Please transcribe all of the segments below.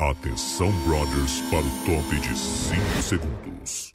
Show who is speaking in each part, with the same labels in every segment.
Speaker 1: Atenção, brothers, para o top de 5 segundos.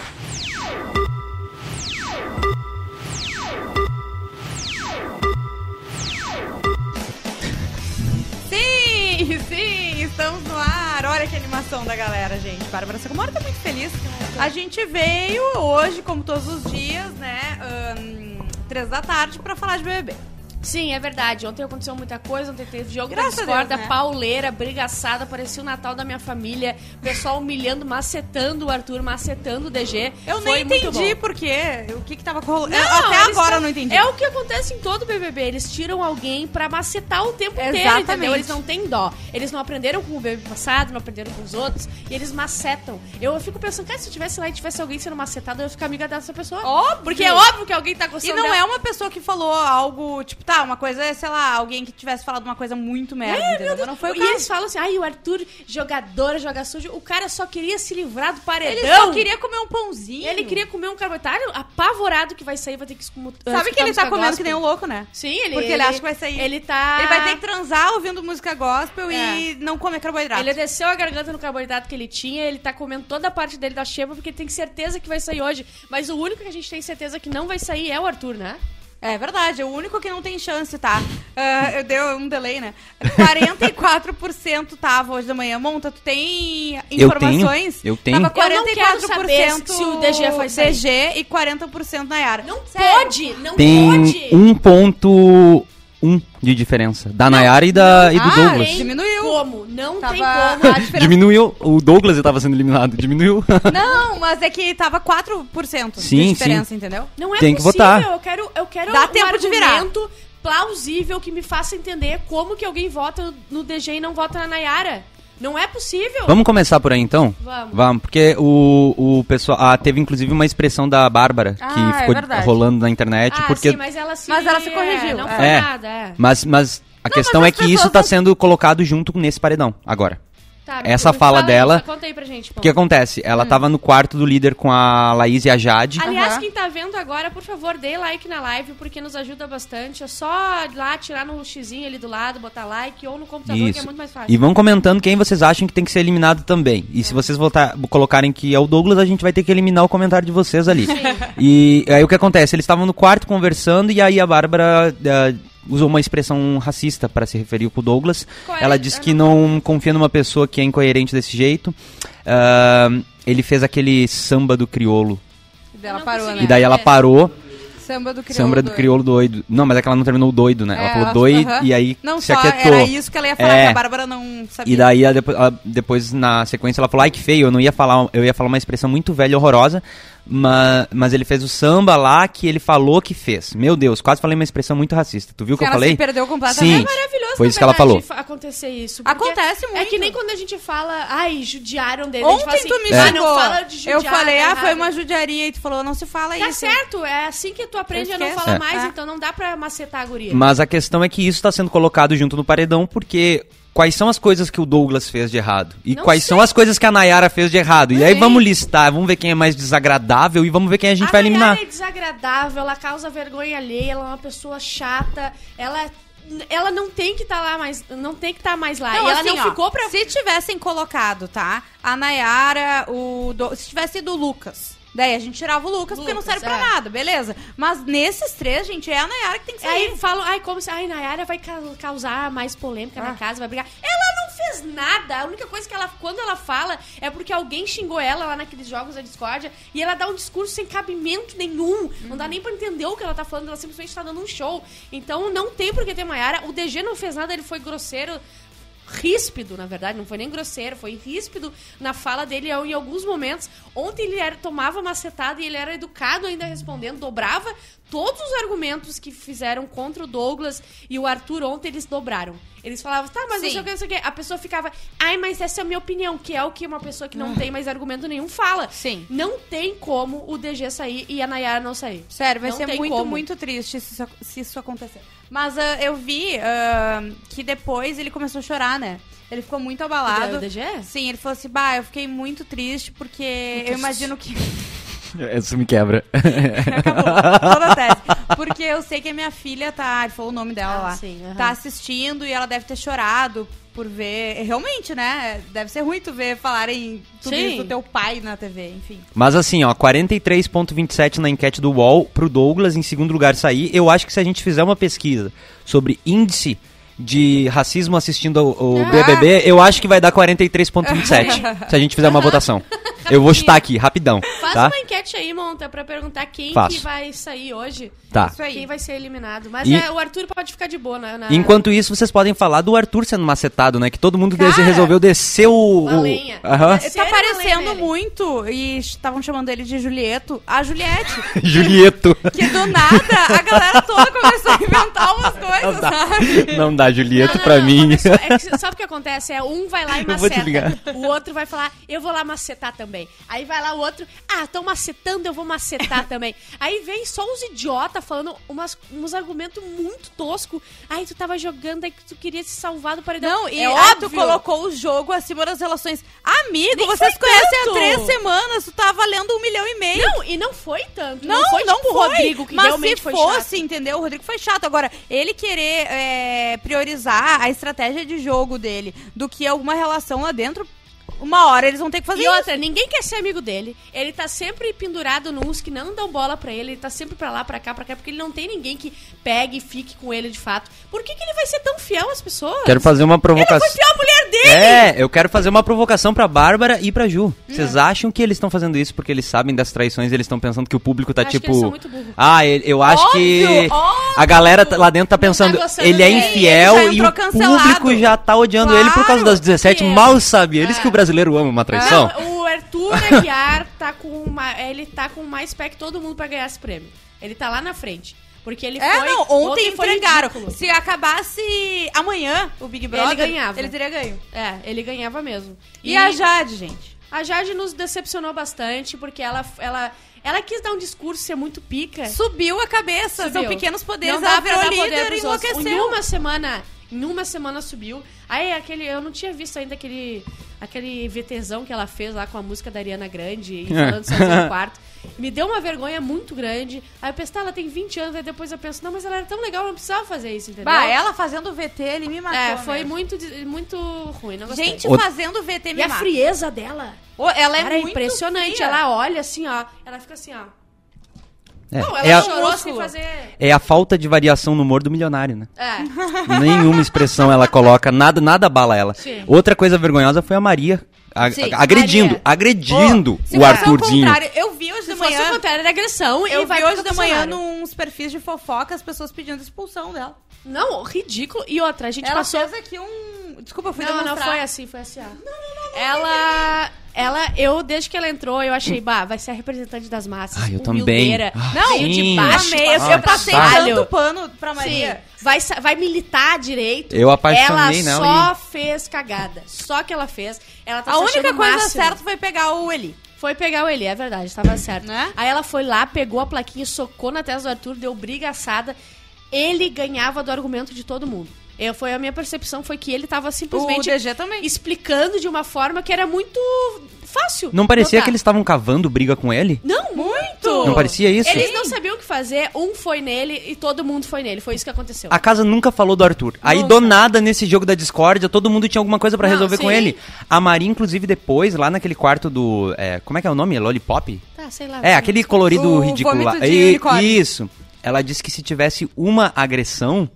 Speaker 2: Sim, sim, estamos no ar. Olha que animação da galera, gente. Bárbara Sacomori tá muito feliz. A gente veio hoje, como todos os dias, né? ahn, Três da tarde pra falar de BBB.
Speaker 3: Sim, é verdade. Ontem aconteceu muita coisa, ontem teve jogo
Speaker 2: Graças a
Speaker 3: da discorda,
Speaker 2: Deus, né?
Speaker 3: pauleira, brigaçada, parecia o Natal da minha família, pessoal humilhando, macetando o Arthur, macetando o DG.
Speaker 2: Eu
Speaker 3: Foi
Speaker 2: nem
Speaker 3: muito
Speaker 2: entendi
Speaker 3: bom.
Speaker 2: porque o que que tava rolando.
Speaker 3: Não,
Speaker 2: Até
Speaker 3: eles
Speaker 2: agora
Speaker 3: tão-
Speaker 2: eu não entendi.
Speaker 3: É o que acontece em todo BBB. Eles tiram alguém pra macetar o tempo inteiro,
Speaker 2: Exatamente.
Speaker 3: entendeu? Eles não têm dó. Eles não aprenderam com o BBB passado, não aprenderam com os outros, e eles macetam. Eu fico pensando, cara, se eu tivesse lá e tivesse alguém sendo macetado, eu ia ficar amiga dessa pessoa.
Speaker 2: Óbvio.
Speaker 3: Porque é óbvio que alguém tá
Speaker 2: E
Speaker 3: gostando
Speaker 2: não
Speaker 3: dela.
Speaker 2: é uma pessoa que falou algo, tipo, tá, uma coisa, sei lá, alguém que tivesse falado uma coisa muito merda, entendeu? Mas não foi o
Speaker 3: É, e
Speaker 2: caso.
Speaker 3: eles falam assim, ai, o Arthur, jogador, joga sujo. O cara só queria se livrar do paredão.
Speaker 2: Ele só queria comer um pãozinho.
Speaker 3: Ele queria comer um carboitário apavorado que vai sair, vai ter que escutar
Speaker 2: Sabe que ele tá comendo que nem um louco, né?
Speaker 3: Sim, ele...
Speaker 2: Porque ele acha que vai sair.
Speaker 3: Ele tá...
Speaker 2: Ele vai ter que transar ouvindo música gospel e
Speaker 3: É.
Speaker 2: não comer carboidrato.
Speaker 3: Ele desceu a garganta no carboidrato que ele tinha, ele tá comendo toda a parte dele da xepa, porque ele tem certeza que vai sair hoje. Mas o único que a gente tem certeza que não vai sair é o Arthur, né?
Speaker 2: É verdade, é o único que não tem chance, tá? Ah, eu dei um delay, né? 44% tava hoje da manhã. Monta, tu tem
Speaker 4: Eu
Speaker 2: informações?
Speaker 4: tenho, eu tenho.
Speaker 2: Tava
Speaker 3: Eu não quero
Speaker 2: 44%
Speaker 3: saber se o DG foi sair.
Speaker 2: DG e 40% Nayara.
Speaker 3: Não
Speaker 2: Sério.
Speaker 3: pode! Não
Speaker 4: Tem
Speaker 3: pode!
Speaker 4: 1.1 de diferença. Da Nayara e, da, e do
Speaker 2: Ah,
Speaker 4: Douglas.
Speaker 2: gente.
Speaker 3: Tem
Speaker 2: Diminuiu.
Speaker 3: Como? Não tem
Speaker 2: Tava-
Speaker 3: como.
Speaker 2: a diferença-
Speaker 4: Diminuiu. O Douglas estava sendo eliminado. Diminuiu.
Speaker 2: Não, mas é que tava 4% de
Speaker 4: Sim,
Speaker 2: diferença, entendeu?
Speaker 3: Não é
Speaker 4: Tem que
Speaker 3: possível,
Speaker 4: votar.
Speaker 3: eu quero, eu quero
Speaker 2: Dá
Speaker 3: um
Speaker 2: tempo de virar.
Speaker 3: argumento plausível que me faça entender como que alguém vota no DG e não vota na Nayara. Não é possível.
Speaker 4: Vamos começar por aí então?
Speaker 3: Vamos.
Speaker 4: porque o, o pessoal. Ah, teve inclusive uma expressão da Bárbara que
Speaker 2: Ah, é
Speaker 4: ficou
Speaker 2: verdade.
Speaker 4: rolando na internet.
Speaker 3: Ah,
Speaker 4: porque.
Speaker 3: sim, mas ela se,
Speaker 2: Mas ela se corrigiu,
Speaker 3: é, não
Speaker 2: é.
Speaker 3: foi
Speaker 4: É.
Speaker 3: nada, é.
Speaker 4: mas, mas a questão
Speaker 2: mas
Speaker 4: é
Speaker 2: as
Speaker 4: que isso
Speaker 2: pessoas
Speaker 4: tá
Speaker 2: não-
Speaker 4: sendo colocado junto com- nesse paredão agora.
Speaker 3: Tá,
Speaker 4: Essa
Speaker 3: me
Speaker 4: fala
Speaker 3: fala
Speaker 4: dela-
Speaker 3: isso, conta aí pra gente, então.
Speaker 4: O
Speaker 3: pô.
Speaker 4: que acontece?
Speaker 2: Hum.
Speaker 4: Ela tava no quarto do líder com a Laís e a Jade.
Speaker 3: Aliás,
Speaker 2: Aham.
Speaker 3: quem tá vendo agora, por favor, dê like na live, porque nos ajuda bastante. É só ir lá tirar no xizinho ali do lado, botar like, ou no computador, que é muito mais fácil.
Speaker 4: E vão comentando quem vocês acham que tem que ser eliminado também. E se vocês votar, colocarem que é o Douglas, a gente vai ter que eliminar o comentário de vocês ali. E aí o que acontece? Eles estavam no quarto conversando e aí a Bárbara eh, usou uma expressão racista para se referir pro Douglas.
Speaker 3: Qual era?
Speaker 4: Ela disse
Speaker 3: Eu
Speaker 4: que não confia numa pessoa que é incoerente desse jeito. Ah, ele fez aquele samba do criolo.
Speaker 2: E daí ela
Speaker 3: não
Speaker 2: parou, né?
Speaker 3: consegui.
Speaker 4: E daí ela parou,
Speaker 2: Samba do crioulo.
Speaker 4: samba do criolo doido. Não, mas é que ela não terminou o doido, né?
Speaker 2: É,
Speaker 4: Ela falou
Speaker 2: ela-
Speaker 4: doido
Speaker 2: aham.
Speaker 4: e aí
Speaker 2: Não
Speaker 4: se
Speaker 2: só,
Speaker 4: aquietou.
Speaker 2: era isso que ela ia falar,
Speaker 4: É.
Speaker 2: que a Bárbara não sabia.
Speaker 4: E daí, a depo- a- depois, na sequência, ela falou, ai, que feio, eu não ia falar, eu ia falar uma expressão muito velha, horrorosa, mas, mas ele fez o samba lá que ele falou que fez. Meu Deus, quase falei uma expressão muito racista. Tu viu o que eu
Speaker 2: Ela se
Speaker 4: falei?
Speaker 2: perdeu completamente.
Speaker 4: Sim,
Speaker 3: É maravilhoso,
Speaker 4: foi
Speaker 3: na
Speaker 4: isso que ela
Speaker 3: verdade,
Speaker 4: falou.
Speaker 3: fa- acontecer isso. porque
Speaker 2: Acontece
Speaker 3: É
Speaker 2: muito.
Speaker 3: que nem quando a gente fala, ai, judiaram dele.
Speaker 2: Ontem
Speaker 3: a gente
Speaker 2: tu
Speaker 3: fala
Speaker 2: me
Speaker 3: assim, "Ah,
Speaker 2: xingou.
Speaker 3: não fala de judiar,
Speaker 2: eu falei,
Speaker 3: tá
Speaker 2: ah, foi
Speaker 3: errado."
Speaker 2: uma judiaria. E tu falou, não se fala
Speaker 3: Tá
Speaker 2: isso.
Speaker 3: certo, é assim que tu aprende
Speaker 2: Eu
Speaker 3: a não
Speaker 2: esqueço.
Speaker 3: falar
Speaker 2: É.
Speaker 3: mais,
Speaker 2: É.
Speaker 3: então não dá pra macetar a guria.
Speaker 4: Mas a questão é que isso está sendo colocado junto no paredão, porque quais são as coisas que o Douglas fez de errado? E
Speaker 3: Não
Speaker 4: quais
Speaker 3: sei.
Speaker 4: são as coisas que a Nayara fez de errado? E aí
Speaker 2: Sim.
Speaker 4: vamos listar, vamos ver quem é mais desagradável e vamos ver quem a gente vai
Speaker 3: Nayara
Speaker 4: eliminar.
Speaker 3: é desagradável, ela causa vergonha alheia, ela é uma pessoa chata, ela ela não tem que estar lá mais, não tem que estar mais lá. e ela
Speaker 2: assim,
Speaker 3: não
Speaker 2: ó,
Speaker 3: ficou pra
Speaker 2: Se tivessem colocado, tá? A Nayara, o. Do- Se tivesse ido o Lucas. Daí a gente tirava o Lucas, porque não
Speaker 3: Lucas,
Speaker 2: serve pra
Speaker 3: é.
Speaker 2: nada, beleza. Mas nesses três, gente, é a Nayara que tem que sair.
Speaker 3: Aí falam, ai, como se. Ai, Nayara vai ca- causar mais polêmica
Speaker 2: Ah.
Speaker 3: na casa, vai brigar. Ela não fez nada. A única coisa que ela, quando ela fala, é porque alguém xingou ela lá naqueles jogos da discórdia e ela dá um discurso sem cabimento nenhum. Não
Speaker 2: Uhum.
Speaker 3: dá nem pra entender o que ela tá falando, ela simplesmente tá dando um show. Então não tem por que ter Nayara. O DG não fez nada, ele foi grosseiro. Ríspido, na verdade, não foi nem grosseiro, foi ríspido na fala dele em alguns momentos. Ontem ele era, tomava macetada e ele era educado ainda respondendo, dobrava todos os argumentos que fizeram contra o Douglas e o Arthur ontem, eles dobraram. Eles falavam, tá, mas não
Speaker 2: Sim.
Speaker 3: sei o que, não sei o que. A pessoa ficava, ai, mas essa é a minha opinião, que é o que uma pessoa que não tem mais argumento nenhum fala.
Speaker 2: Ah. Sim.
Speaker 3: Não tem como o DG sair e a Nayara não sair.
Speaker 2: Sério, vai
Speaker 3: Não
Speaker 2: ser
Speaker 3: tem
Speaker 2: muito,
Speaker 3: como.
Speaker 2: muito triste se isso, se isso acontecer. Mas ah, eu vi ah, que depois ele começou a chorar, né? Ele ficou muito abalado.
Speaker 3: O DG?
Speaker 2: Sim, ele falou assim, bah, eu fiquei muito triste porque eu imagino que...
Speaker 4: Isso me quebra.
Speaker 2: Acabou, toda a tese. Porque eu sei que a minha filha tá, ele falou o nome dela
Speaker 3: Ah,
Speaker 2: lá,
Speaker 3: sim, aham.
Speaker 2: tá assistindo e ela deve ter chorado por ver. Realmente, né? Deve ser ruim tu ver falarem tudo
Speaker 3: Sim.
Speaker 2: isso do teu pai na TV, enfim.
Speaker 4: Mas assim, ó, 43.27 na enquete do UOL pro Douglas em segundo lugar sair. Eu acho que se a gente fizer uma pesquisa sobre índice de racismo assistindo ao, ao BBB, eu acho que vai dar 43.27 se a gente fizer uma votação. Eu vou chutar aqui, rapidão,
Speaker 3: Faz
Speaker 4: tá?
Speaker 3: uma enquete aí, Monta, pra perguntar quem
Speaker 4: Faço.
Speaker 3: que vai sair hoje.
Speaker 4: Tá.
Speaker 2: Isso aí.
Speaker 3: Quem vai ser eliminado. Mas
Speaker 4: E-
Speaker 3: é, o Arthur pode ficar de boa na... na-
Speaker 4: Enquanto isso, vocês podem falar do Arthur sendo macetado, né? Que todo mundo
Speaker 3: Cara,
Speaker 4: dese- resolveu descer o...
Speaker 3: uma
Speaker 4: o-
Speaker 3: lenha.
Speaker 4: Aham.
Speaker 3: Descer
Speaker 2: tá
Speaker 3: na lei
Speaker 2: aparecendo
Speaker 3: dele.
Speaker 2: muito e estavam chamando ele de Julieto, a Juliette.
Speaker 4: Julieto.
Speaker 2: Que do nada a galera toda começou a inventar umas coisas,
Speaker 4: Não dá.
Speaker 2: sabe?
Speaker 4: Não dá
Speaker 3: Não,
Speaker 4: Julieto
Speaker 3: não,
Speaker 4: pra
Speaker 3: não,
Speaker 4: mim.
Speaker 3: mas só- é que sabe o que acontece? É um vai lá e
Speaker 4: Eu vou te ligar.
Speaker 3: maceta. O outro vai falar, eu vou lá macetar também. Aí vai lá o outro, ah, estão macetando, eu vou macetar também. Aí vem só uns idiota falando umas, uns argumentos muito tosco. Aí tu tava jogando, aí que tu queria se salvar do paredão.
Speaker 2: Não, e
Speaker 3: é
Speaker 2: aí tu
Speaker 3: óbvio.
Speaker 2: colocou o jogo acima das relações. Amigo,
Speaker 3: Nem
Speaker 2: vocês
Speaker 3: foi
Speaker 2: conhecem há
Speaker 3: tanto.
Speaker 2: três semanas, tu tá valendo um milhão e meio.
Speaker 3: Não, e não foi tanto. Não, foi tipo o Rodrigo que
Speaker 2: mas
Speaker 3: realmente
Speaker 2: se
Speaker 3: foi chato.
Speaker 2: fosse, entendeu? O Rodrigo foi chato. Agora, ele querer é, priorizar a estratégia de jogo dele do que alguma relação lá dentro, uma hora eles vão ter que fazer
Speaker 3: E
Speaker 2: isso.
Speaker 3: outra, ninguém quer ser amigo dele. Ele tá sempre pendurado nos que não dão bola pra ele. Ele tá sempre pra lá, pra cá, pra cá, porque ele não tem ninguém que pegue e fique com ele de fato. Por que, que ele vai ser tão fiel às pessoas?
Speaker 4: Quero fazer uma
Speaker 3: Ele foi
Speaker 4: provocação.
Speaker 3: fiel à mulher dele!
Speaker 4: É, eu quero fazer uma provocação pra Bárbara e pra Ju.
Speaker 3: É.
Speaker 4: Vocês acham que eles estão fazendo isso porque eles sabem das traições e eles estão pensando que o público tá
Speaker 3: Acho que
Speaker 4: tipo.
Speaker 3: eles são muito burros.
Speaker 4: Ah, ele- eu acho que.
Speaker 2: Óbvio,
Speaker 4: A galera tá- lá dentro tá pensando.
Speaker 3: gostando
Speaker 4: ele é
Speaker 3: dele,
Speaker 4: infiel
Speaker 2: ele já
Speaker 4: e
Speaker 2: entrou
Speaker 4: o
Speaker 2: cancelado."
Speaker 4: público já tá odiando ele por causa
Speaker 2: Claro
Speaker 4: das 17.
Speaker 3: que é.
Speaker 4: Mal sabe eles que o brasileiro ama uma traição.
Speaker 3: Não, Ah, o Arthur Aguiar tá com uma, ele tá com mais pé que todo mundo pra ganhar esse prêmio. Ele tá lá na frente. Porque ele
Speaker 2: É,
Speaker 3: foi.
Speaker 2: não, ontem,
Speaker 3: foi
Speaker 2: entregaram.
Speaker 3: ridículo.
Speaker 2: Se acabasse amanhã o Big Brother,
Speaker 3: ganhava.
Speaker 2: ele teria ganho.
Speaker 3: É, ele ganhava mesmo.
Speaker 2: E, a Jade, gente?
Speaker 3: A Jade nos decepcionou bastante, porque ela, ela, ela quis dar um discurso ser muito pica.
Speaker 2: É. Subiu a cabeça, são
Speaker 3: Subiu.
Speaker 2: pequenos poderes,
Speaker 3: Não dá
Speaker 2: ela
Speaker 3: pra
Speaker 2: virou
Speaker 3: dar
Speaker 2: líder
Speaker 3: poder
Speaker 2: e
Speaker 3: pros outros. Em
Speaker 2: enlouqueceu.
Speaker 3: uma semana, em uma semana subiu. Aí aquele, eu não tinha visto ainda aquele, aquele VTzão que ela fez lá com a música da Ariana Grande e falando sozinha no quarto. Me deu uma vergonha muito grande. Aí eu pensei, tá, ela tem 20 anos, aí depois eu penso, não, mas ela era tão legal, ela não precisava fazer isso, entendeu?
Speaker 2: Bah, ela fazendo o VT, ele me matou.
Speaker 3: É, foi
Speaker 2: mesmo.
Speaker 3: muito, de- muito ruim, não gostei.
Speaker 2: Gente
Speaker 4: Outra-
Speaker 2: fazendo o VT me
Speaker 3: e a
Speaker 2: mata.
Speaker 3: frieza dela,
Speaker 2: Ô, Ela é
Speaker 3: cara, é
Speaker 2: muito
Speaker 3: impressionante.
Speaker 2: fria.
Speaker 3: Ela olha assim, ó, ela fica assim, ó.
Speaker 4: É,
Speaker 3: Não,
Speaker 4: é
Speaker 3: ela
Speaker 4: a,
Speaker 3: chorou sem
Speaker 2: músculo.
Speaker 3: fazer...
Speaker 4: é a falta de variação no humor do milionário, né?
Speaker 3: É.
Speaker 4: Nenhuma expressão ela coloca, nada, nada abala ela.
Speaker 3: Sim.
Speaker 4: Outra coisa vergonhosa foi a Maria. a-
Speaker 2: Sim,
Speaker 4: agredindo,
Speaker 2: Maria.
Speaker 4: agredindo
Speaker 2: Ô, se
Speaker 4: o
Speaker 2: fosse ao
Speaker 4: Arthurzinho.
Speaker 2: contrário, Eu vi hoje de
Speaker 3: Se fosse o
Speaker 2: manhã.
Speaker 3: contrário, era agressão e
Speaker 2: Eu
Speaker 3: vai
Speaker 2: vi
Speaker 3: pro
Speaker 2: hoje de manhã
Speaker 3: confessionário.
Speaker 2: nos perfis de fofoca as pessoas pedindo expulsão dela.
Speaker 3: Não, ridículo. E outra, a gente
Speaker 2: Ela
Speaker 3: passou...
Speaker 2: fez aqui um. Desculpa, eu fui
Speaker 3: não, não,
Speaker 2: demonstrar.
Speaker 3: foi assim, foi assim, ó. Ela... Ela, eu, desde que ela entrou, eu achei, bah, vai ser a representante das massas.
Speaker 4: Ai, Ah, eu
Speaker 3: humildeira,
Speaker 4: também. Ah,
Speaker 3: Não, de
Speaker 4: sim.
Speaker 3: baixo.
Speaker 2: Amei, eu-
Speaker 3: pra
Speaker 2: eu passei
Speaker 3: caralho.
Speaker 2: tanto pano pra
Speaker 3: assim. Sim,
Speaker 2: Maria.
Speaker 3: vai, sa- vai militar direito.
Speaker 4: Eu apaixonei
Speaker 3: ela
Speaker 4: nela
Speaker 3: só fez cagada. Só que ela fez. Ela tá
Speaker 2: A
Speaker 3: se
Speaker 2: única
Speaker 3: achando o
Speaker 2: coisa
Speaker 3: máximo.
Speaker 2: certa foi pegar o Eli.
Speaker 3: Foi pegar o Eli, é verdade, tava certo.
Speaker 2: Né?
Speaker 3: Aí ela foi lá, pegou a plaquinha, socou na testa do Arthur, deu briga assada. Ele ganhava do argumento de todo mundo. Eu, foi a minha percepção foi que ele tava simplesmente
Speaker 2: O DG também.
Speaker 3: explicando de uma forma que era muito fácil.
Speaker 4: Não parecia
Speaker 3: botar.
Speaker 4: que eles estavam cavando briga com ele?
Speaker 3: Não, muito!
Speaker 4: Não parecia isso?
Speaker 3: Eles não sabiam o que fazer, um foi nele e todo mundo foi nele. Foi isso que aconteceu.
Speaker 4: A casa nunca falou do Arthur. Aí do nada, nesse jogo da discórdia, todo mundo tinha alguma coisa pra
Speaker 3: Não,
Speaker 4: resolver com
Speaker 3: sim.
Speaker 4: ele. A Maria, inclusive, depois, lá naquele quarto do. é, como é que é o nome? Lollipop?
Speaker 3: Tá, sei lá.
Speaker 4: É, aquele colorido
Speaker 2: O
Speaker 4: ridículo lá.
Speaker 2: vômito de
Speaker 4: E-
Speaker 2: unicórnio.
Speaker 4: isso. Ela disse que se tivesse uma agressão,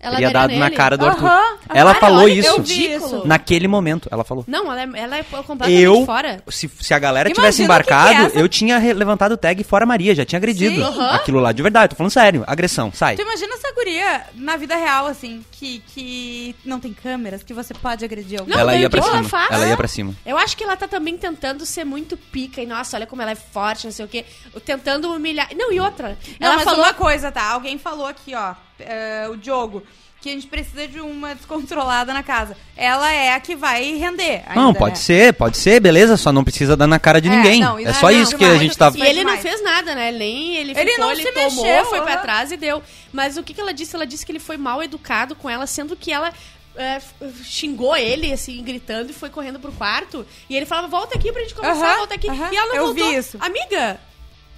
Speaker 3: Ela
Speaker 4: teria
Speaker 3: daria
Speaker 4: dado na
Speaker 3: nele.
Speaker 4: cara do Arthur.
Speaker 2: Aham.
Speaker 4: Ela
Speaker 3: Cara,
Speaker 4: falou
Speaker 3: olha que
Speaker 4: isso.
Speaker 3: ridículo.
Speaker 4: Naquele momento, ela falou.
Speaker 3: Não, ela é, ela é completamente
Speaker 4: Eu,
Speaker 3: fora.
Speaker 4: se, se a galera
Speaker 2: Imagina
Speaker 4: tivesse
Speaker 2: o que que
Speaker 4: embarcado,
Speaker 2: é essa-
Speaker 4: eu tinha re- levantado o tag fora Maria, já tinha agredido.
Speaker 2: Sim. Tipo,
Speaker 3: Aham.
Speaker 4: Aquilo lá, de verdade, tô falando sério. Agressão, sai.
Speaker 2: Tu imagina essa guria na vida real, assim, que, que não tem câmeras, que você pode agredir alguém.
Speaker 3: Não,
Speaker 4: ela
Speaker 3: daí
Speaker 4: ia
Speaker 3: o
Speaker 4: pra
Speaker 3: que ela
Speaker 4: cima.
Speaker 3: faz?
Speaker 4: Ela ia pra cima.
Speaker 3: Eu acho que ela tá também tentando ser muito pica e, nossa, olha como ela é forte, não sei o quê. Tentando humilhar. Não, e outra.
Speaker 2: Não,
Speaker 3: ela
Speaker 2: mas
Speaker 3: falou.
Speaker 2: uma coisa, tá? Alguém falou aqui, ó, é, o Diogo, que a gente precisa de uma descontrolada na casa. Ela é a que vai render. ainda,
Speaker 4: não, pode
Speaker 2: né?
Speaker 4: ser, pode ser, beleza, só não precisa dar na cara de
Speaker 2: É,
Speaker 4: ninguém.
Speaker 2: não, isso
Speaker 4: é
Speaker 2: é-
Speaker 4: só
Speaker 2: não,
Speaker 4: isso que a
Speaker 2: demais.
Speaker 4: gente tava.
Speaker 2: Isso
Speaker 3: E ele não
Speaker 2: demais.
Speaker 3: fez nada, né? Ele Nem ele ficou,
Speaker 2: Ele
Speaker 3: ele,
Speaker 2: não se
Speaker 3: tomou,
Speaker 2: mexeu, né?
Speaker 3: foi pra
Speaker 2: aham.
Speaker 3: trás e deu. Mas o que, que ela disse? Ela disse que ele foi mal educado com ela, sendo que ela é, f- xingou ele, assim, gritando e foi correndo pro quarto. E ele falava, volta aqui pra gente conversar,
Speaker 2: Aham,
Speaker 3: volta aqui.
Speaker 2: aham,
Speaker 3: E ela não
Speaker 2: eu
Speaker 3: voltou.
Speaker 2: vi isso.
Speaker 3: Amiga,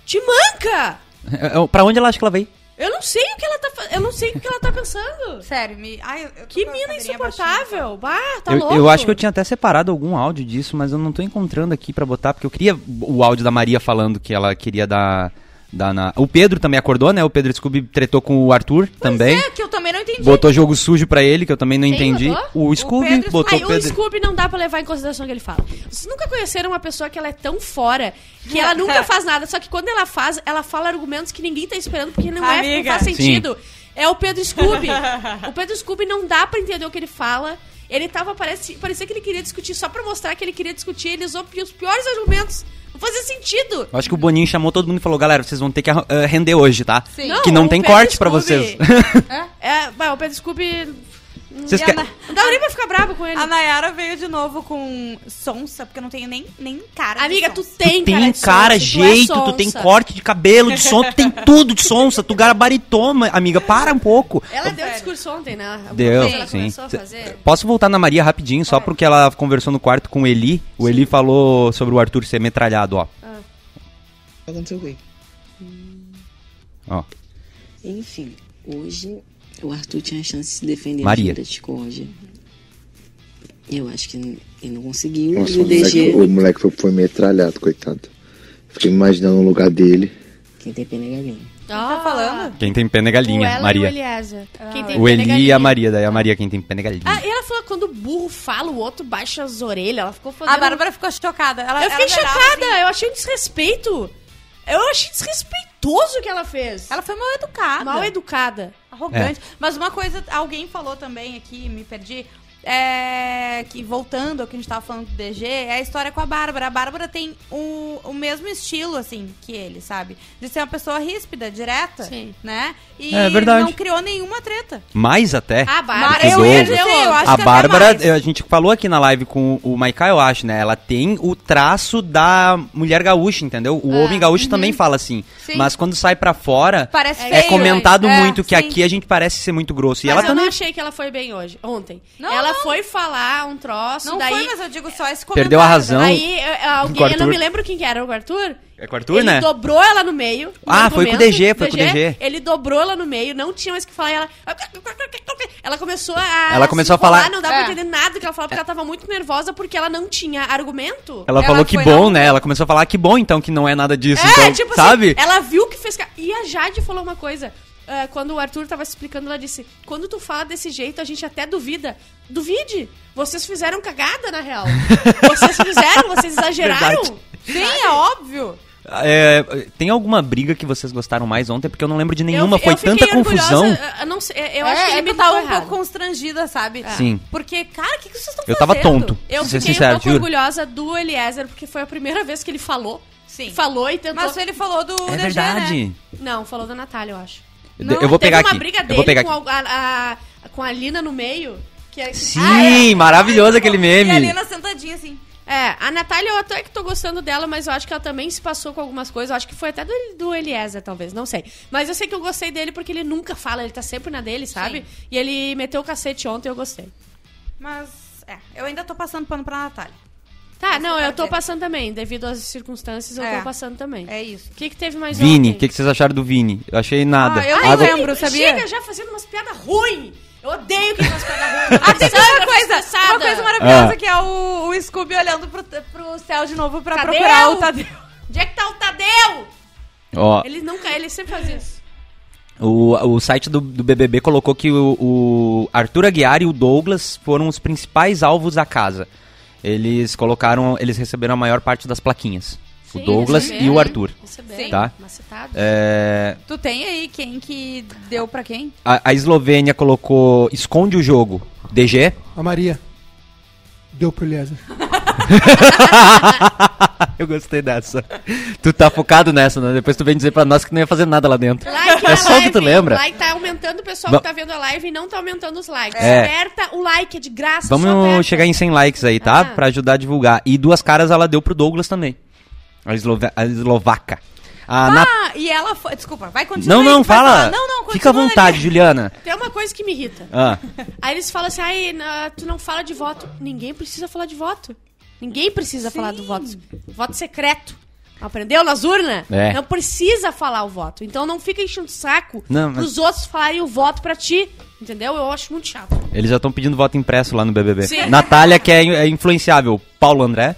Speaker 3: te manca!
Speaker 4: É, é, Pra onde ela acha que ela veio?
Speaker 3: Eu não sei o que ela tá, fa- eu não sei o que ela tá pensando.
Speaker 2: Sério, me. Ai, eu- eu tô
Speaker 3: Que
Speaker 2: com a
Speaker 3: mina
Speaker 2: cadeirinha
Speaker 3: insuportável. Bah, tá
Speaker 4: eu,
Speaker 3: louco.
Speaker 4: eu acho que eu tinha até separado algum áudio disso, mas eu não tô encontrando aqui pra botar, porque eu queria o áudio da Maria falando que ela queria dar. dar na... O Pedro também acordou, né? O Pedro Scooby tretou com o Arthur também.
Speaker 2: baixinha. É, que eu também não entendi.
Speaker 4: Botou jogo sujo pra ele, que eu também não
Speaker 3: Quem
Speaker 4: entendi.
Speaker 3: botou?
Speaker 4: O Scooby
Speaker 2: Pedro-
Speaker 4: botou
Speaker 3: Aí
Speaker 4: o
Speaker 3: o
Speaker 4: Pedro.
Speaker 3: Scooby não dá pra levar em consideração o que ele fala. Vocês nunca conheceram uma pessoa que ela é tão fora, que ela nunca faz nada, só que quando ela faz, ela fala argumentos que ninguém tá esperando, porque não, é, não
Speaker 2: Amiga.
Speaker 3: faz
Speaker 4: Sim.
Speaker 3: sentido. É o Pedro Scooby. o Pedro Scooby não dá pra entender o que ele fala. Ele tava, parece, parecia que ele queria discutir só pra mostrar que ele queria discutir. Ele usou pi- os piores argumentos. Não fazia sentido.
Speaker 4: Eu acho que o Boninho chamou todo mundo e falou: galera, vocês vão ter que arran- eh, render hoje, tá?
Speaker 2: Sim.
Speaker 4: que não
Speaker 3: o
Speaker 4: tem
Speaker 3: Pedro
Speaker 4: corte pra
Speaker 3: Scooby-
Speaker 4: vocês.
Speaker 3: É, bah, o Pedro Scooby.
Speaker 4: Vocês
Speaker 2: E a
Speaker 4: quer-
Speaker 2: Na-
Speaker 3: Não dá nem pra ficar bravo com ele.
Speaker 2: A Nayara veio de novo com sonsa, porque eu não tenho nem, nem cara. de
Speaker 3: Amiga, tu
Speaker 2: sonsa.
Speaker 3: tem,
Speaker 4: Tem um
Speaker 3: cara,
Speaker 4: cara,
Speaker 3: de sonsa, tu é
Speaker 4: jeito, tu tem
Speaker 3: sonsa.
Speaker 4: corte de cabelo, de som, tu tem tudo de sonsa, tu garbaritou, ma- amiga, para um pouco.
Speaker 3: Ela deu
Speaker 2: Sério.
Speaker 3: discurso ontem, né? Alguma
Speaker 4: Deu,
Speaker 3: coisa ela
Speaker 4: sim.
Speaker 3: começou a
Speaker 4: Cê-
Speaker 3: fazer.
Speaker 4: Posso voltar na Maria rapidinho, só porque ela conversou no quarto com o Eli. O Eli falou sobre o Arthur ser metralhado, ó.
Speaker 5: Aconteceu o quê?
Speaker 4: ó.
Speaker 5: Enfim, hoje o Arthur tinha a chance de se defender
Speaker 4: Maria.
Speaker 5: na da discórdia. Eu acho que n- ele não conseguiu.
Speaker 6: Nossa,
Speaker 5: e
Speaker 6: o
Speaker 5: o DG,
Speaker 6: moleque, o moleque foi, foi metralhado, coitado. Fiquei imaginando o lugar dele.
Speaker 5: quem tem pena é galinha.
Speaker 2: Tá falando? Ah.
Speaker 4: Quem tem pena é galinha,
Speaker 3: o Ellen Ah, E o
Speaker 4: Maria.
Speaker 3: Eliezer. Quem tem
Speaker 4: O
Speaker 3: pena é
Speaker 4: Eli e a
Speaker 3: galinha.
Speaker 4: Maria, daí a Maria quem tem pena é galinha.
Speaker 3: Ah, e ela falou que quando o burro fala, o outro baixa as orelhas. Ela ficou fazendo...
Speaker 2: A Bárbara ficou chocada. Ela,
Speaker 3: Eu fiquei
Speaker 2: ela olhava
Speaker 3: chocada.
Speaker 2: assim,
Speaker 3: Eu achei um desrespeito. Eu achei desrespeitoso o que ela fez.
Speaker 2: ela foi mal educada.
Speaker 3: Mal educada.
Speaker 2: Arrogante. Mas uma coisa, alguém falou também aqui, me perdi. É que voltando ao que a gente tava falando do DG, é a história com a Bárbara. A Bárbara tem o, o mesmo estilo, assim, que ele, sabe? De ser uma pessoa ríspida, direta,
Speaker 3: Sim.
Speaker 2: né? E
Speaker 4: É verdade.
Speaker 2: não criou nenhuma treta.
Speaker 4: Mais até.
Speaker 3: Ah,
Speaker 2: Mas
Speaker 3: Bárbara.
Speaker 4: eu ia dizer,
Speaker 2: eu acho
Speaker 4: a
Speaker 2: que até
Speaker 4: Bárbara,
Speaker 2: mais.
Speaker 4: eh, a gente falou aqui na live com o Maiká, eu acho, né? Ela tem o traço da mulher gaúcha, entendeu? O
Speaker 3: Ah,
Speaker 4: homem gaúcho
Speaker 3: uhum.
Speaker 4: também fala assim.
Speaker 2: Sim.
Speaker 4: Mas quando sai pra fora,
Speaker 2: Parece
Speaker 4: é
Speaker 2: feio,
Speaker 4: comentado
Speaker 2: né? É,
Speaker 4: muito que
Speaker 2: sim.
Speaker 4: aqui a gente parece ser muito grosso. E
Speaker 3: Mas
Speaker 4: ela
Speaker 3: eu
Speaker 4: também.
Speaker 3: não achei que ela foi bem hoje, ontem.
Speaker 2: Não,
Speaker 3: ela
Speaker 2: não.
Speaker 3: foi falar um troço,
Speaker 2: Não
Speaker 3: daí...
Speaker 2: foi, mas eu digo só esse comentário.
Speaker 4: Perdeu a razão.
Speaker 3: Aí eu- eu-
Speaker 4: Com o
Speaker 3: alguém, eu
Speaker 4: Arthur.
Speaker 3: não me lembro quem que era, o Arthur?
Speaker 4: É com o Arthur,
Speaker 3: ele
Speaker 4: né?
Speaker 3: dobrou ela no meio. no
Speaker 4: Ah, foi com o
Speaker 3: argumento,
Speaker 4: DG, foi com o DG.
Speaker 3: Ele dobrou ela no meio, não tinha mais o que falar. e Ela, ela começou a.
Speaker 4: Ela começou
Speaker 3: se
Speaker 4: a falar.
Speaker 3: enrolar, Não dá pra
Speaker 2: É.
Speaker 3: entender nada do que ela falou, porque ela tava muito nervosa porque ela não tinha argumento.
Speaker 4: Ela,
Speaker 2: Ela
Speaker 4: falou que
Speaker 2: foi
Speaker 4: bom,
Speaker 2: na-
Speaker 4: né? Ela começou a falar que bom, então, que não é nada disso. então, sabe?
Speaker 3: assim, ela viu que fez. ca- E a Jade falou uma coisa. ah, quando o Arthur tava se explicando, ela disse: Quando tu fala desse jeito, a gente até duvida. Duvide! Vocês fizeram cagada, na real. Vocês fizeram, vocês exageraram.
Speaker 4: Verdade.
Speaker 2: Sim, é óbvio.
Speaker 4: É, tem alguma briga que vocês gostaram mais ontem? Porque eu não lembro de nenhuma.
Speaker 3: fi-
Speaker 4: Foi tanta
Speaker 3: fiquei orgulhosa,
Speaker 4: confusão.
Speaker 3: Eu, não sei, eu
Speaker 2: É,
Speaker 3: acho que
Speaker 2: é
Speaker 3: ele me
Speaker 2: eu
Speaker 4: tá
Speaker 2: tava
Speaker 3: tava
Speaker 2: um pouco constrangida, sabe?
Speaker 4: Sim.
Speaker 2: Porque, cara, o que, que vocês estão
Speaker 4: Eu
Speaker 2: fazendo?
Speaker 4: tava tonto.
Speaker 3: Eu
Speaker 4: Pra ser
Speaker 3: fiquei
Speaker 4: sincero,
Speaker 3: um pouco
Speaker 4: juro.
Speaker 3: orgulhosa do Eliezer, porque foi a primeira vez que ele falou.
Speaker 2: Sim.
Speaker 3: Falou e tentou...
Speaker 2: Mas ele falou do DG,
Speaker 4: É
Speaker 2: né?
Speaker 4: verdade.
Speaker 3: Não, falou da Natália, eu acho.
Speaker 4: Eu- eu vou pegar
Speaker 3: teve uma
Speaker 4: aqui.
Speaker 3: briga
Speaker 4: Eu
Speaker 3: dele
Speaker 4: vou pegar
Speaker 3: com, A, a- com a Lina no meio. Que é...
Speaker 4: Sim, maravilhoso aquele meme.
Speaker 2: E a Lina sentadinha assim.
Speaker 3: É, a Natália eu até que tô gostando dela, mas eu acho que ela também se passou com algumas coisas. Eu acho que foi até do, do Eliezer, talvez, não sei. Mas eu sei que eu gostei dele porque ele nunca fala, ele tá sempre na dele, sabe? E ele meteu o cacete ontem, eu gostei.
Speaker 2: Mas, é, eu ainda tô passando pano pra Natália.
Speaker 3: Tá, não, eu
Speaker 2: parte
Speaker 3: tô
Speaker 2: dele.
Speaker 3: passando também. Devido às circunstâncias, eu
Speaker 2: É.
Speaker 3: tô passando também.
Speaker 2: É isso.
Speaker 3: O que, que teve mais
Speaker 4: Vini,
Speaker 3: ontem?
Speaker 4: o que, que vocês acharam do Vini? Eu achei nada.
Speaker 2: Ah, eu
Speaker 4: Água-
Speaker 2: nem lembro, sabia?
Speaker 3: Chega já fazendo umas piadas ruins. Eu odeio quem faz piada ruim.
Speaker 2: Ah, tem uma coisa, uma coisa maravilhosa
Speaker 4: Ah.
Speaker 2: que é o, o Scooby olhando pro, pro céu de novo pra
Speaker 3: Tadeu!
Speaker 2: procurar o Tadeu.
Speaker 3: Onde é que tá o Tadeu?
Speaker 4: Ó,
Speaker 3: Ele nunca, ele sempre faz isso.
Speaker 4: O, o site do, do BBB colocou que o, o Arthur Aguiar e o Douglas foram os principais alvos da casa. Eles colocaram, eles receberam a maior parte das plaquinhas. o Douglas e o Arthur.
Speaker 3: Receberam,
Speaker 4: Tá.
Speaker 3: macetado.
Speaker 4: É,
Speaker 2: Tu tem aí quem que deu pra quem?
Speaker 4: a, a Eslovênia colocou esconde o jogo. DG.
Speaker 7: A Maria. Deu pro Eliezer.
Speaker 4: Eu gostei dessa. Tu tá focado nessa, né? Depois tu vem dizer pra nós que não ia fazer nada lá dentro.
Speaker 3: Like
Speaker 4: É
Speaker 3: na
Speaker 4: só o que tu
Speaker 3: live.
Speaker 4: lembra.
Speaker 3: Like tá aumentando o pessoal
Speaker 4: Va-
Speaker 3: que tá vendo a live e não tá aumentando os likes.
Speaker 4: É.
Speaker 3: Aperta o like, é de graça. só aperta.
Speaker 4: Vamos chegar em 100 likes aí, tá?
Speaker 3: Ah.
Speaker 4: Pra ajudar a divulgar. E duas caras ela deu pro Douglas também. A, eslova a eslovaca. A Nat-
Speaker 2: Ah, e ela foi. Desculpa, vai continuar.
Speaker 4: Não,
Speaker 2: aí,
Speaker 4: não,
Speaker 2: vai
Speaker 4: fala.
Speaker 2: falar. Não, não,
Speaker 4: Fica à
Speaker 2: continua,
Speaker 4: vontade, Juliana.
Speaker 3: Tem uma coisa que me irrita.
Speaker 4: Ah,
Speaker 3: Aí eles falam assim, ai, na- tu não fala de voto. Ninguém precisa falar de voto. Ninguém precisa falar do voto. Voto secreto. Aprendeu nas urnas?
Speaker 4: É.
Speaker 3: Não precisa falar o voto. Então não fica enchendo o saco
Speaker 4: Não, mas-
Speaker 3: pros outros falarem o voto pra ti. Entendeu? Eu acho muito chato.
Speaker 4: Eles já estão pedindo voto impresso lá no BBB.
Speaker 3: Sim.
Speaker 4: Natália, que é, in- é influenciável. Paulo André?